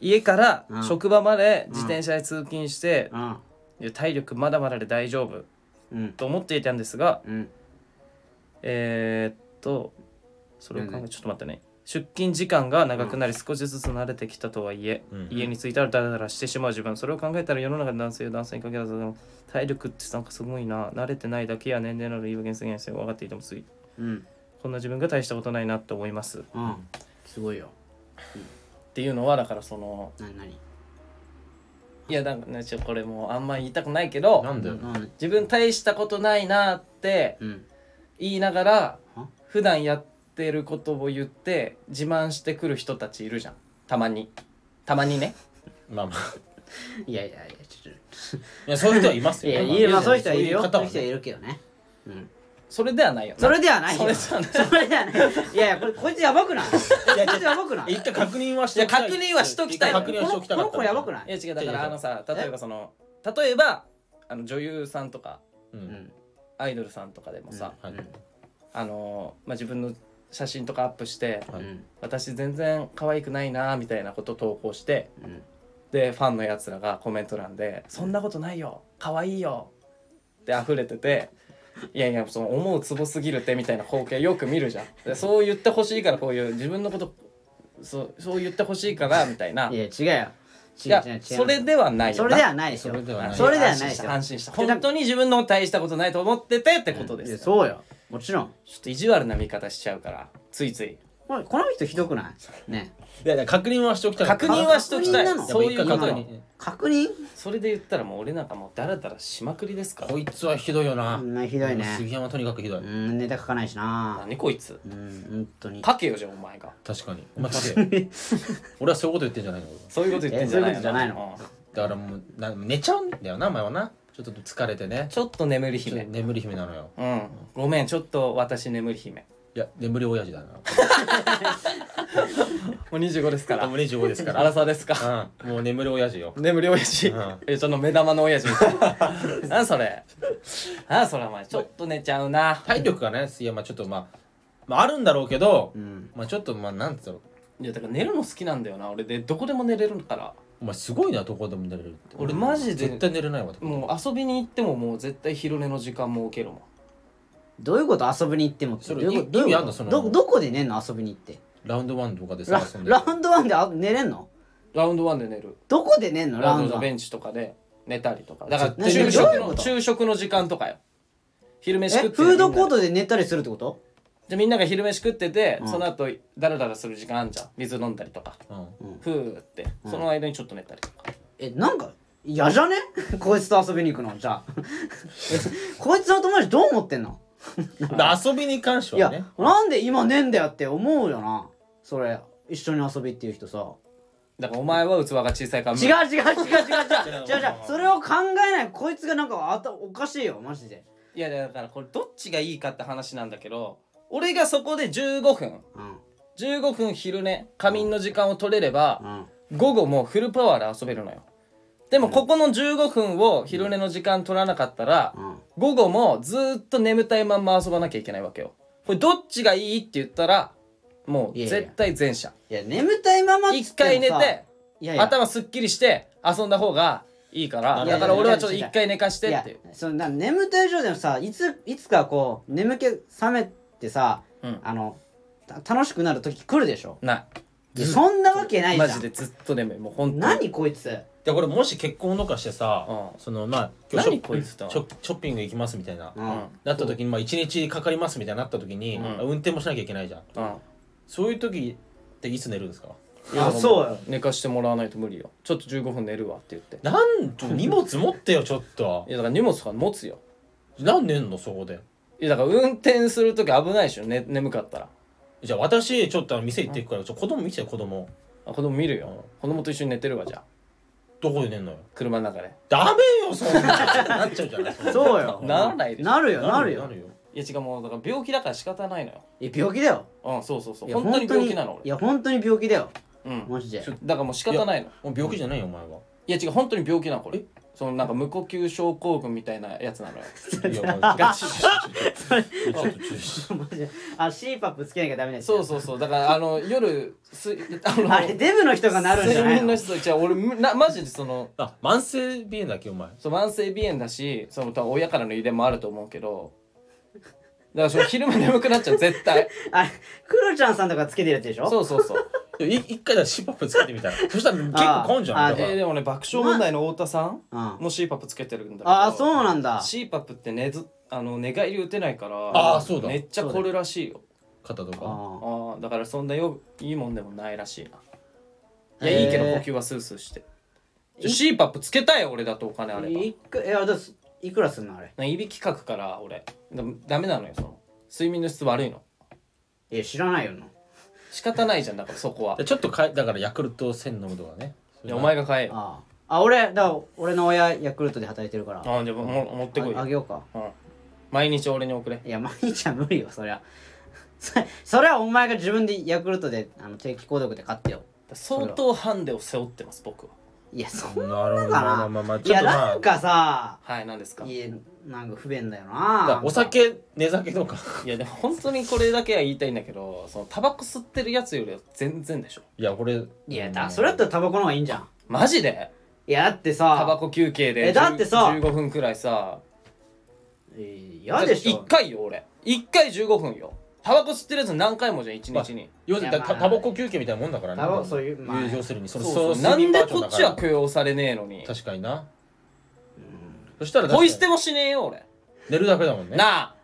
S2: 家から
S1: うん
S2: 職場まで自転車で通勤して、
S1: うん
S2: いや体力まだまだで大丈夫
S1: うん
S2: と思っていたんですが
S1: うん
S2: えー、っとそれを考
S1: なん
S2: え
S1: で
S2: ちょっと待ってね出勤時間が長くなり少しずつ慣れてきたとはいえ、
S3: うん
S2: 家に着いたらダラダラしてしまう自分それを考えたら世の中の男性や男性に限らず体力ってなんかすごいな慣れてないだけや年齢など言い訳にすぎないですよ分かっていてもつい
S1: うん
S2: こんな自分が大したことないなと思いますっ
S1: うんすごいよ
S2: ていうのはだからその
S1: なになに
S2: いやなんかねちょこれもうあんま言いたくないけど
S3: なんだよ
S1: うん
S2: 自分大したことないなって
S1: うん
S2: 言いながら
S1: は
S2: 普段やってることを言って自慢してくる人たちいるじゃんたまにたまにね
S3: まあまあ
S1: いやいやいやちょっ
S3: いやそういう人はいます
S1: といや
S3: よまあ
S1: いやまあそういう人はいるよ
S3: そう
S1: そういう
S3: いう方は
S1: 人はい
S3: ね
S1: るけどねうん
S2: それではないよ
S1: それではないよ
S2: それでは
S1: それではないいやいやこれこいつやばくないこいつやばくない
S3: 一回確認はしておきたい
S2: いや確認はしときたい
S3: 一回確認はしておきた
S1: こ
S3: か
S1: の
S3: った
S1: 子やばくない
S2: いや違うだか
S3: 違う違
S2: ら
S3: う
S2: あのさ例えばその例えばあの女優さんとか
S3: うん
S1: うん
S2: アイドルさんとかでもさ、
S3: はい
S1: うん
S2: あのまあ、自分の写真とかアップして
S3: うん
S1: うん
S2: 私全然可愛くないなみたいなこと投稿して
S1: うん
S2: でファンのやつらがコメント欄で「そんなことないよ可愛いよ」って溢れてて「いやいやその思うツボすぎるって」みたいな光景よく見るじゃんでそう言ってほしいからこういう自分のことそうそう言ってほしいからみたいないい
S1: や違うよ違う
S2: や
S1: 違う違う
S2: それではないよ
S1: それではないでしょ
S3: それではない
S1: それではないで
S2: 安心し
S1: しょ
S2: た安心した本当に自分の大したことないと思っててってことで
S1: い
S2: す
S1: や
S2: よ
S1: そうよもちろん
S2: ちょっと意地悪な見方しちゃうからついつい
S1: おいこの人ひどくないね
S3: いやいや確認はしておきたい
S2: 確認はしときたい
S1: 確認なの
S2: そういう
S3: や
S2: こ
S3: っぱ
S2: と
S3: 一回確
S2: に
S1: 確認
S2: それで言ったらもう俺なんかもうダラダラしまくりですから
S3: こいつはひどいよな、
S1: うんひどいね
S3: 杉山とにかくひどい、
S1: うんネタ書かないしな
S2: 何こいつ
S1: うん本当に
S2: 書けよじゃあお前が
S3: 確かにお前書け俺はそういうこと言ってんじゃないの
S2: そういうこと言ってんじゃない
S1: えそういうことじゃないの
S2: うん
S3: だからもうな寝ちゃうんだよなお前はなちょっと疲れてね
S2: ちょっと眠り
S3: ちょっ
S2: 姫
S3: と眠り姫なのよ
S2: うんごめんちょっと私眠り姫
S3: いや眠り親父だな
S2: もう25ですから
S3: 眠り15ですか
S2: アラサーですから
S3: うんもう眠り親父よ
S2: 眠り親父、
S3: うん
S2: えその目玉の親父みたいななんそれなんそれお前ちょっと寝ちゃうな
S3: 体力がね杉山ちょっとまあまああるんだろうけど、
S1: うん
S3: まあちょっとまあなんつうの
S2: いやだから寝るの好きなんだよな俺でどこでも寝れるから
S3: お前すごいなどこでも寝れるって
S2: 俺マジで
S3: 絶対寝れないわ
S2: もう遊びに行ってももう絶対昼寝の時間設けるもん
S1: どういうこと遊びに行ってもって
S3: それ
S1: どういうこと
S3: 意味
S1: どういうこと
S3: あんのその
S1: どどこで寝んの遊びに行って
S3: ラウンドワンとかで
S1: ラ
S3: さ遊んでる
S1: ラウンドワンであ寝れんの
S2: ラウンドワンで寝る
S1: どこで寝んのラ
S2: ラ
S1: ウン
S2: ウン
S1: ド
S2: ド
S1: ワ
S2: ベ
S1: ン
S2: ンチとかで寝たりとかだから
S1: ね
S2: 昼
S1: どう
S2: 食
S1: いうこ
S2: の
S1: と
S2: 昼食の時間とかよ昼
S1: え
S2: 飯食ってて
S1: フードコー
S2: みんな
S1: ト
S2: で
S1: で寝たりするってこと
S2: じゃあみんなが昼飯食ってて、
S1: うん
S2: その後ダラダラする時間あんじゃん水飲んだりとか
S3: うん
S2: ふーってその間にちょっと寝たりとか、
S1: えなんか嫌じゃね こいつと遊びに行くのじゃあ こいつの友達どう思ってんの
S3: だから遊びに関して
S1: い
S3: は
S1: や、
S3: ね
S1: なんで今ねえんだよって思うよなそれ一緒に遊びっていう人さ
S2: だからお前は器が小さいから
S1: 違う違う違う違う違う違う違う違うそれを考えないこいつがなんかあたおかしいよマジで
S2: いやだからこれどっちがいいかって話なんだけど俺がそこで15分
S1: うん
S2: 15分昼寝仮眠の時間を取れれば、
S1: うん
S2: 午後もうフルパワーで遊べるのよでもここの15分を昼寝の時間取らなかったら、
S1: うん
S2: 午後もずーっと眠たいまんま遊ばなきゃいけないわけよこれどっちがいいって言ったらもう
S1: いや
S2: い
S1: いや
S2: 絶対前者
S1: いや眠たいままっつ
S2: 一
S1: ってもさ
S2: 回寝て
S1: いやいや
S2: 頭すっきりして遊んだ方がいいから
S1: いや
S2: だ
S1: いや
S2: から俺はちょっと一回寝かして
S1: いや
S2: っていう
S1: そのな眠たい状態のさいついつかこう眠気覚めてさ、
S2: うん
S1: あのた楽しくなる時来るでしょ
S2: な
S1: でそんなわけないいじゃ
S2: マ
S1: ん
S2: ジでずっと眠いもう本当に
S1: 何こいつ
S3: でこれもし結婚とかしてさ、
S2: うん
S3: そのまあ今日シ
S2: 何
S3: ョ
S2: こいつと
S3: ショショッピング行きますみたいな、
S1: う
S2: うんん
S3: なった時にまあ1日かかりますみたいになった時に、
S2: うん
S3: 運転もしなきゃいけないじゃん
S2: うん
S3: そういう時っていつ寝るんですか
S1: いやそうよ
S2: 寝かしてもらわないと無理よちょっと15分寝るわって言って
S3: なんちょ荷物持ってよちょっと
S2: いやだから荷物とか持つよ
S3: なん寝んのそこで
S2: いやだから運転する時危ないでしょ、ね、眠かったら
S3: じゃあ私ちょっとあの店行ってくからちょっと子供見せて子供
S2: あ子供見るよ子供と一緒に寝てるわじゃあ
S3: どこで寝んのよ
S2: 車の中で
S3: ダメよそんななっちゃ うじゃないん
S1: そうよ
S2: ならないでしょ
S1: なるよなるよ
S3: るよ
S2: いや違うもうだから病気だから仕方ないのよ
S1: いや病気だよ
S2: うんそうそうそ
S1: いうや
S2: 本当に病気なの
S1: い
S2: 俺
S1: や本当に病気だよ
S2: うん
S1: マジで
S2: だからもう仕方ないの
S3: もう病気じゃないよお前は
S2: いや違う本当に病気なのこれ
S3: え
S2: そのなんか無呼吸症候群みたいなやつなの よ
S3: いやもう
S2: ガチ
S3: ちょっと注意し
S1: マジであ CPAP つけなきゃダメです
S2: そうそうそうだからあの夜すあ の
S1: あれデブの人がなるんじゃな
S2: 睡
S1: い
S2: 眠の
S1: の
S2: 人じゃ俺なマジでその
S3: あ慢性鼻炎だっけお前
S2: そう慢性鼻炎だしその多分親からの遺伝もあると思うけどだからその昼間眠くなっちゃう 絶対
S1: あれクロちゃんさんとかつけてるやつでしょ
S2: そうそうそう
S3: いやい一回だシパップつけてみた らそしたら結構根性
S1: あ
S3: あ
S1: あ
S3: るんだ
S2: えー、
S3: から
S2: でもね爆笑問題の太田さん
S1: うんあ
S2: も CPAP つけてるんだけど
S1: あそうなんだ
S2: CPAP って寝ずあの寝返り打てないから
S3: あーそうだ
S2: めっちゃ凝るらしいよ
S3: 肩とか
S1: あ
S2: ああだからそんなよいいもんでもないらしいない
S1: へー
S2: やいいけど呼吸はスースーしてじゃあ CPAP つけたいよ俺だとお金あれば
S1: いくいやだすいくらすんのあれ
S2: なんかいびきかくから俺でもダメなのよその睡眠の質悪いの
S1: いや知らないよな
S2: 仕方ないじゃんだからそこは
S3: でちょっとかえだからヤクルト1000飲むとかね
S2: いやお前が買えよ
S1: あああ俺だから俺の親ヤクルトで働いてるから
S2: ああじゃあも持ってこい
S1: ああ
S2: よ、
S1: げようか
S2: うん、毎日俺に送れ
S1: いや毎日は無理よそりゃ そそれはお前が自分でヤクルトであの定期購読で買ってよ
S2: 相当ハンデを背負ってます僕は
S1: いやそんな
S3: なるほど。
S1: かな
S3: まあまあまあ、
S1: い
S3: ちょっ
S1: や
S3: とま
S1: な
S3: あ
S1: ん、かさ
S2: はい何ですか
S1: い
S2: い
S1: やなんか不便だよ
S3: だから
S1: な
S3: お酒、寝酒とか。
S2: やでも本当にこれだけは言いたいんだけどそのタバコ吸ってるやつよりは全然でしょ
S3: いや、これ。
S1: いやだそれだったらタバコの方がいいんじゃん
S2: マジで
S1: いやだってさ
S2: タバコ休憩で
S1: えだってさ
S2: 10 15分くらいさ
S1: 嫌でし
S2: だっ
S1: ょ
S2: て一回よ俺一回15分よタバコ吸ってるやつ何回もじゃん一日に、
S3: 要する
S1: い
S3: に
S1: や
S3: た
S1: まあ
S3: タバコ休憩みたいなもんだからね。
S1: タバコそういうまあ
S3: 要するに、その
S2: そう
S3: そ
S2: そう
S3: う
S2: なんでこっちは
S3: 睡眠パートだか
S2: 許容されねえのに
S3: ら確かにな。そしたら確か
S2: ポ
S3: に
S2: イ捨てもしねえよ俺
S3: 寝るだけだもんね。
S2: なあ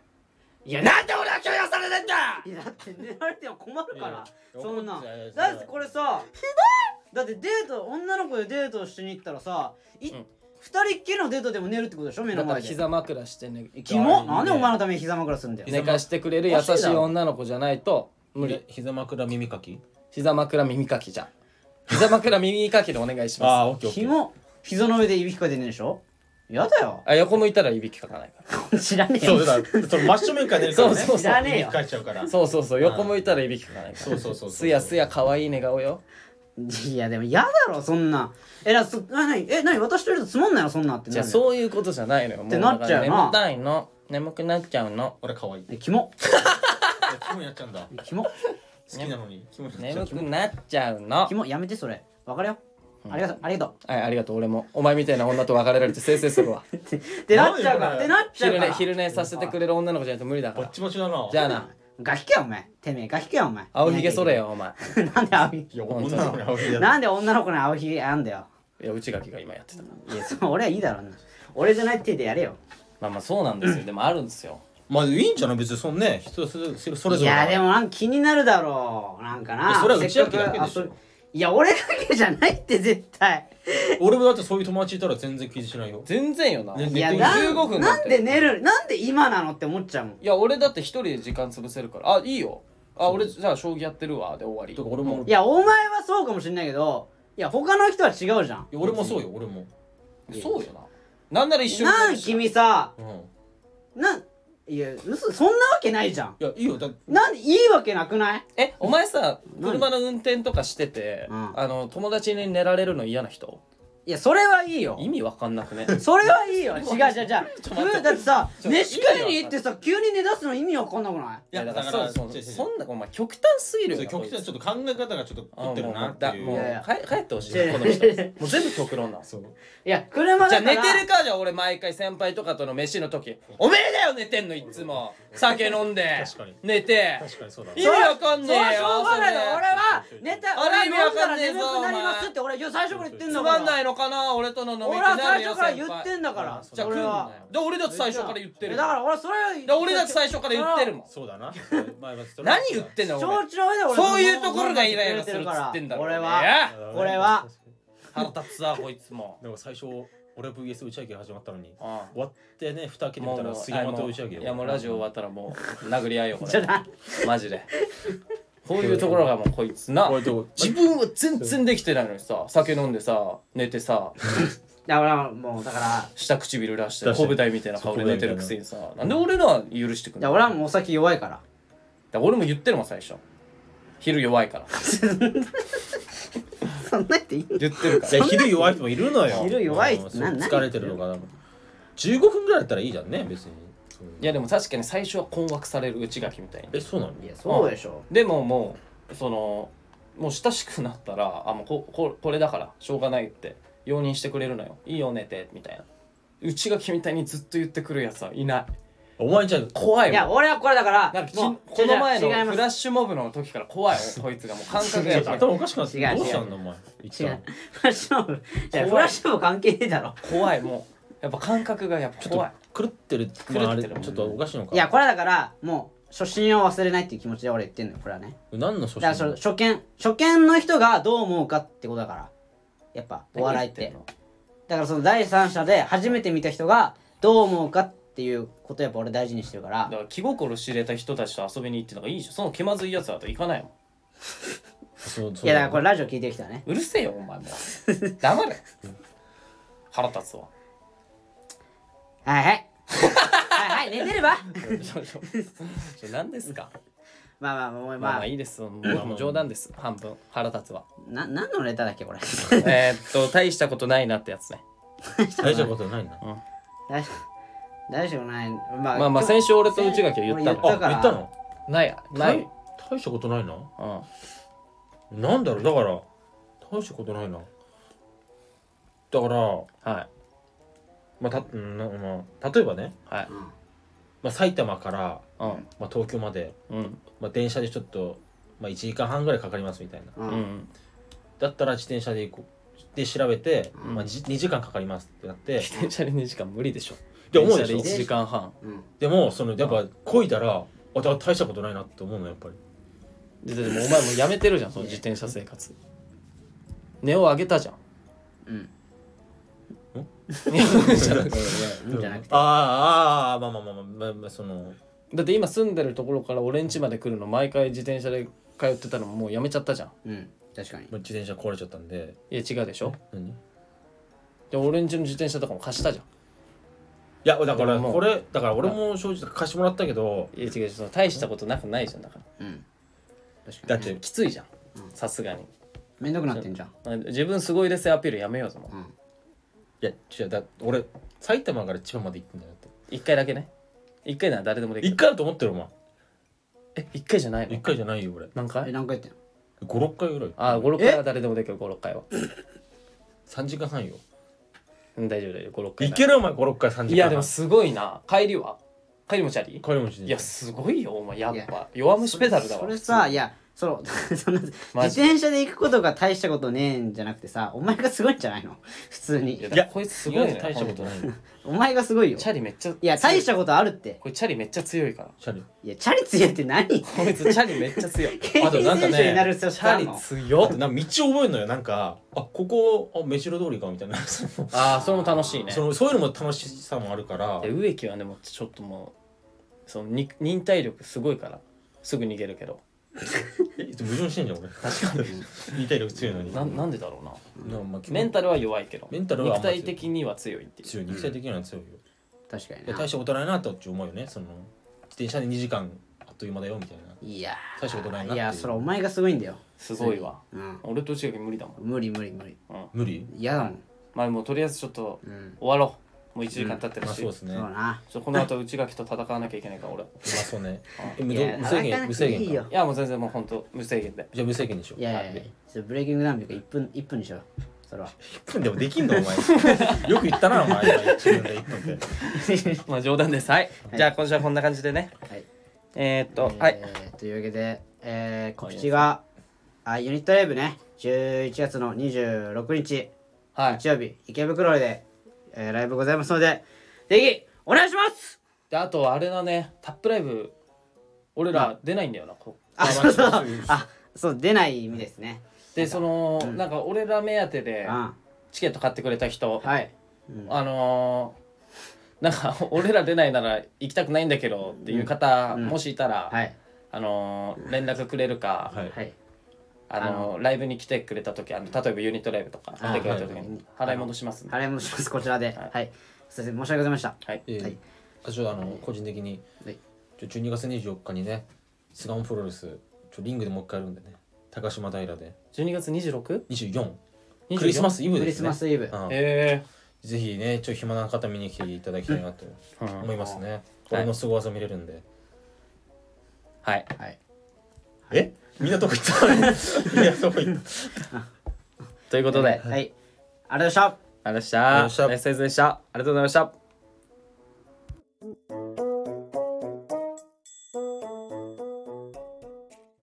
S1: いや
S2: なんで俺は許容されねえんだ
S1: いやだって寝られても困るから
S3: いや
S1: そんな
S3: 怒っちゃうよ
S1: だってこれさひどいだってデート女の子でデートしに行ったらさい、
S2: ん
S1: 二人っきりのデートでも寝るってことでしょ目の
S2: だから
S1: 前で
S2: 膝枕してね
S1: キ
S3: あいい
S1: モ
S3: ね
S1: なんでお前のために膝枕すんだよ、
S2: 寝かしてくれる優しい女の子じゃないと無理
S3: で膝枕耳かき
S2: 膝枕耳かきじゃん膝枕耳かきでお願いし
S3: あ
S2: ま
S3: あ、オッケーオッケ
S1: キ
S3: ー。
S1: モ膝の上でいびきかいてんでしょやだよ
S2: すあ横向いたらいびきかかないか
S1: 知らねえ
S3: そう
S1: よ
S3: だから、その真正面から寝るからね。
S2: そうそうそう
S1: 知らねえよ
S3: 家帰っちゃうから。
S2: らそうそうそう横向いたらいびきかかないから
S3: そうそうそうそう
S2: すやすや可愛い寝顔よ
S1: いやでも嫌だろそんなえなそなにえなに私といるとつまんないのそんなって
S2: じゃあ
S1: なるよ
S2: そういうことじゃないのよもう
S1: てなっちゃうな
S2: 眠たいの眠くなっちゃうの
S3: 俺可愛い。いや
S1: えキモ
S3: キモになっちゃうんだ。
S1: キモ
S3: 好きなのに。キモになっち
S2: 眠
S3: ゃう。
S2: くなっちゃうの
S1: キモやめてそれ別れようありがとうありがと
S2: はいありがとう俺もお前みたいな女と別れられてせいせい するわ
S1: うってなっちゃうからっ
S3: なんで
S1: てなっちゃう
S2: 昼
S1: か
S2: 寝
S1: ら
S2: 昼寝させてくれる女の子じゃないと無理だか
S3: ぼっ
S2: ら
S3: ちぼちだな。
S2: じゃあな
S1: ガキかよお前てめえガキかよお前
S2: 青ひげそれよお前
S1: なんで青ひ
S3: いや、女の子に青ひげだな。
S1: なんで女の子に青ひげあんだよ
S2: いや内垣が今やってた
S1: いやそう俺はいいだろあんな俺じゃない手でやれよ
S2: まあまあそうなんですよでもあるんですよ
S3: まあいいんじゃない別にそんね人それそれそれ
S1: い
S3: ぞれだか
S1: や
S3: ら
S1: でもなんか気になるだろうなんか
S3: い
S1: な
S3: やそれは
S1: せっか
S3: 内明だけでしょ
S1: 遊びいや俺だけじゃないって絶対
S3: 俺もだってそういう友達いたら全然気にしないよ
S2: 全然よな、
S3: ね
S1: いや
S3: 寝て
S1: な
S2: 15分
S1: ん
S2: だ
S1: な
S2: って
S1: んで寝るなんで今なのって思っちゃうもん
S2: いや俺だって一人で時間潰せるからあいいよあ俺じゃあ将棋やってるわで終わり
S3: とか俺も
S1: いやお前はそうかもしれないけどいや他の人は違うじゃん
S3: いや俺もそうよ俺も
S2: そうよななんなら一緒に
S1: なん
S2: るし
S1: 君さ
S3: うん
S1: なんいや嘘そんなわけないじゃん
S3: いやいいよだって
S1: なんでいいわけなくない
S2: えお前さ
S1: 何
S2: 車の運転とかしてて、
S1: うん
S2: あの友達に寝られるの嫌な人
S1: いやそれはいいよ
S2: 意味わかんなくね
S1: それはいいよ違う違う違う
S2: ょ待って
S1: だってさ
S2: ちょ
S1: 飯食いに行ってさ急に寝だすの意味わかんなくない
S2: いやだから
S3: いやだから
S2: そう
S3: 違う
S2: そうう
S3: 違違う
S2: そんなお前極端すぎるよ
S3: そう
S2: な
S3: 極
S2: こい
S3: 端
S2: つ
S3: ちょっと考え方がちょっと
S2: あ
S3: 食ってるな
S2: も
S3: っ
S2: う
S3: て
S2: だ
S3: いう
S2: もう
S1: いやいや
S2: 帰帰ってほしい
S1: いやいや
S2: この人もう全部極論なの
S3: そう
S1: いや車だ
S2: じゃ
S1: か
S2: あ
S1: ら
S2: 寝てるかじゃあ俺毎回先輩とかとの飯の時「おめえだよ寝てんのいっつも酒飲んで
S3: 確かに
S2: 寝て
S3: 確かにそうだ
S2: 意味わかんねえよ
S1: それはしょうがないよ
S2: それ
S1: 俺は寝た俺
S2: あ
S1: は
S2: れ意味わ
S1: 飲んだ
S2: からんねえ
S1: 眠
S2: ぞ
S1: くなりますって俺最初から言ってん
S2: つ
S1: だ
S2: まん
S1: から
S2: ないのかな俺との飲み
S1: 俺
S2: にな
S1: は
S2: る
S1: 最
S2: よ
S1: 初から言って
S2: 先輩
S1: んだから
S3: じゃあ
S1: 俺は
S2: じゃあ俺だって最初から言ってる
S1: だから俺はそれは
S2: で俺だって最初から言ってるもん
S3: そうだな
S2: 何言ってんだよ
S1: 承
S2: 俺
S1: 知の上で俺
S2: そういうところがイライラするっつってんだろ
S1: 俺
S2: い
S1: は
S2: や
S1: これは
S2: 腹立つわこいつも
S3: でも最初俺 VS 打ち上げ始まったのに終
S2: ああ
S3: わってね蓋開けてみたら杉
S2: あ
S3: 山
S2: も
S3: と
S2: う
S3: 打ち上げよ
S2: いやもうラジオ終わったらもう殴り合いよこ
S1: じゃ
S2: れ
S1: ない
S2: マジでこういうところがもうこいつな
S3: こういうとこ
S2: 自分は全然できてないのにさ酒飲んでさ寝てさ
S1: だからもうだから
S2: 下唇出して
S3: 出して
S2: 小舞台みたいな顔で寝てるくせにさなんで俺のは許してくん
S1: い
S2: の
S1: や俺はもうお酒弱いから
S2: だから俺も言ってるもん最初昼弱いから
S1: そんなっていい
S2: 言ってるか
S3: いや昼弱い人もいるのよ
S1: 昼弱い
S3: うんそう
S1: な何
S3: 疲れてるのかな15分ぐらいだったらいいじゃんね別に
S2: いやでも確かに最初は困惑される内垣みたいに
S3: えそうなの
S1: いやそうでしょ
S2: でももうそのもう親しくなったらあもうこここれだからしょうがないって容認してくれるのよいいよ寝てみたいな内垣みたいにずっと言ってくるやつはいない
S3: お前じゃあ
S2: 怖い
S1: い
S2: もん
S1: や俺はこれだから
S2: なんかき
S1: もう
S2: この前
S1: 違います
S2: のフラッシュモブの時から怖 いもんこいつがもう感覚が
S3: ち
S2: や
S3: ょっ
S2: っ
S3: と
S2: ぱり
S3: 頭おかしくなって
S1: 違う
S3: どうしたんだお前一
S1: 違
S3: 旦
S1: うフラッシュモブいや
S2: 怖い
S1: フラッシュモブ関係ねえだろ
S2: 怖いもうやっぱ感覚がやっぱ
S3: ちょ
S2: 怖い
S3: っと狂ってるまああれ
S2: 狂ってる
S3: ちょっとおかしいのか
S1: いやこれだからもう初心を忘れないっていう気持ちで俺言ってんのよこれはね
S3: 何の組織
S1: だからそ初見初見の人がどう思うかってことだからやっぱお笑いって
S2: 何言んの
S1: だからその第三者で初めて見た人がどう思うかっていうことやっぱ俺大事にしてるから
S2: だから気心知れた人たちと遊びに行ってのがいいじゃんその気まずいやつだと行かないもん
S3: そうそう
S1: いやだからこれラジオ聞いてる人はね
S2: うるせえよお前もう黙 れ腹立つわ
S1: はいはいはいはい寝てれば
S2: ちょちょちょ何ですか
S1: まあまあまあ
S2: まあ
S1: ま
S2: ま
S1: あ
S2: あいいです僕も冗談です半分腹立つわ
S1: な何のネタだっけこれ
S2: えーっと大したことないなってやつね
S3: 大したことないな。
S1: 大丈夫大丈夫ないまあ
S2: まあまあ先週俺と内垣は言ったの
S1: 俺
S3: あ、
S1: だから
S3: 言ったの
S2: ないな
S3: ないい。大したことないな。
S2: うん
S3: なんだろう、だから、大したことないな。だから、
S2: はい
S3: まあ、た、うんなまあ、例えばね、
S2: はい
S3: まあ、埼玉から、
S2: うん
S3: まあ、東京まで、
S2: うん
S3: まあ、電車でちょっと、まあ、1時間半ぐらいかかりますみたいな。
S1: う
S2: うんん
S3: だったら自転車で行こう。で、調べて、まあ、じ2時間かかりますってなって、
S2: 自転車で2時間無理でしょ
S3: で、思うで
S2: 電車
S3: し
S2: 1
S3: ょ
S2: 時間半
S1: うん
S3: でも、その、やっぱ、こいだら、あ、だ大したことないなって思うの、やっぱり。
S2: ででもお前もうやめてるじゃんその自転車生活値を上げたじゃん
S1: うん
S2: いやじゃなくて
S1: うんじゃなくて
S3: あーあー、あーまあまあまあまあ、まあ、まあ、その、
S2: だって今住んでるところから俺ん家まで来るの毎回自転車で通ってたのももうやめちゃったじゃん
S1: うん確かに
S3: 自転車壊れちゃったんで。
S2: いや違うでしょ
S3: 何い
S2: で俺ん家の自転車とかも貸したじゃん
S3: や、だから、
S2: でも
S3: これ、だから俺も正直貸してもらったけど、
S2: いや違うその大したことなくないじゃんだから
S1: うん確か
S3: だ
S1: に
S3: っ
S1: ね
S3: て、
S2: きついじゃんさすがに
S1: めんどくなってんじゃん
S2: 自分すごいですアピールやめようぞもう
S1: うん
S3: いや、違う、だ俺、埼玉から千葉まで行ってんだよって。
S2: 一回だけね一回なら誰でもでき
S3: 一
S2: る
S3: 回だと思ってる、お前。
S2: え一回じゃない
S3: 一
S2: の
S3: 回じゃないよ、俺。
S2: 何
S1: え
S2: 回
S1: 何回言ってんの
S3: 五六回ぐらい。
S2: ああ56回は誰でもできる56回は
S3: 三時間半よ。
S2: うん大丈夫大丈夫56回
S3: い
S2: なら
S3: ける、お前、五六回三時間半。
S2: いやでもすごいな帰りは帰りもチャリ
S3: 帰りも自転車
S2: いやすごいよお前やっ
S1: いや
S2: ぱ弱虫ペダルだわ
S1: それさいやその そんな自
S2: マジで
S1: 転車で行くことが大したことねえんじゃなくてさお前がすごいんじゃないの普通
S2: いや
S1: に
S2: だからこいつすごい
S3: 意
S2: ね
S3: 外と大したことないよ。
S1: お前がすごいよ
S2: チャリめっちゃ
S1: いや大したことあるって
S2: これチャリめっちゃ強いから
S3: チャリ。
S1: いやチャリ強いって何
S2: こいつチャリめっちゃ強いチ
S1: 競輪
S3: なん
S1: 選
S3: かね
S1: 手になる人
S2: ャリ強っ
S3: なんか道覚えるのよ、なんか、あ、ここ、あ、目白通りかみたいな。その
S2: ああそれも楽しいね
S3: その、そういうのも楽しさもあるから
S2: で。植木はねもうちょっともうそのに忍耐力すごいからすぐ逃げるけど
S3: え矛盾してんじゃん、俺。確かに。 忍耐力強いのに。
S2: ななんでだろうな
S3: なまあ基本
S2: メンタルは弱いけど
S3: メンタルはあん
S2: 肉
S3: ま強い
S2: 体的には強いっていう
S3: 強い肉体的には強いよ、
S1: 確かに
S3: いや
S1: な
S3: 大したことないなとって思うよねその自転車で2時間あっという間だよみたいない
S1: や
S3: 大したことないなっていう
S1: いやそれお前がすごいんだよ
S2: すごいわ
S1: うん
S2: 俺と違う無理だもん
S1: 無理無理無理
S3: 無理
S1: 嫌だもん
S2: まあもうとりあえずちょっと
S1: うん
S2: 終わろうもう1時間経ってる
S3: まあ
S2: し、
S3: そうですね
S1: そうだ
S3: ま
S1: な
S2: ちょこの後内垣と戦わなきゃいけないから俺い
S3: あそうねえ無
S1: い
S3: ど
S1: や
S3: 無制
S1: 戦わなくて
S3: 限無制
S1: いい
S3: 限
S1: よ
S3: か
S2: やもう全然もうほんと無制限で
S3: じゃあ無制限にしよう
S1: いやいやいやちょっとブレイキングダウンとか1分一分にしろそれは
S3: 1分でもできんのお前よく言ったなお前自分で1分って
S2: まあ冗談ですはい、じゃあ今週はこんな感じでね
S1: はい
S2: えー、っと、
S1: えー
S2: はい
S1: というわけで、えー告知があユニットライブね11月の26日
S2: はい
S1: 日曜日池袋で、えーライブございますのでぜひお願いします
S2: であとあれだねタップライブ俺ら出ないんだよなこ
S1: あ
S3: あ
S1: そうそう
S3: まあそうそう
S1: あそう出ない意味ですね
S2: でその、なんか俺ら目当てで
S1: あ
S2: チケット買ってくれた人あ,、
S1: はい
S2: のー、なんか俺ら出ないなら行きたくないんだけどっていう方、もしいたら、
S1: はい
S2: あのー、連絡くれるか、
S3: はい
S1: はい
S2: あのーライブに来てくれた時あの例えばユニットライブとか来てくれた時に払い戻しますんで
S1: 払い戻しますこちらではい、すいません申し訳ございました
S2: はい
S3: えー
S1: はい
S3: あちょっとあの個人的に
S1: はい
S3: ちょ12月24日にね巣鴨プロレスちょリングでもう一回やるんでね高島平で
S2: 12月 26?
S3: 24クリスマスイブ
S1: ク
S3: で
S1: リ
S3: す
S1: ス
S3: ね
S1: マスイブ
S3: うん
S2: え
S3: ぜひねちょっと暇な方見に来ていただきたいなと
S2: え
S3: 思いますね俺の凄技見れるんで
S2: はい
S1: はい
S3: えみんなどこ行った みんなどこ行った
S2: ということで、
S1: はいありがとうございました
S2: ありがとうございまし
S3: ありがとうございましたた
S2: メッセージでしたありがとうございました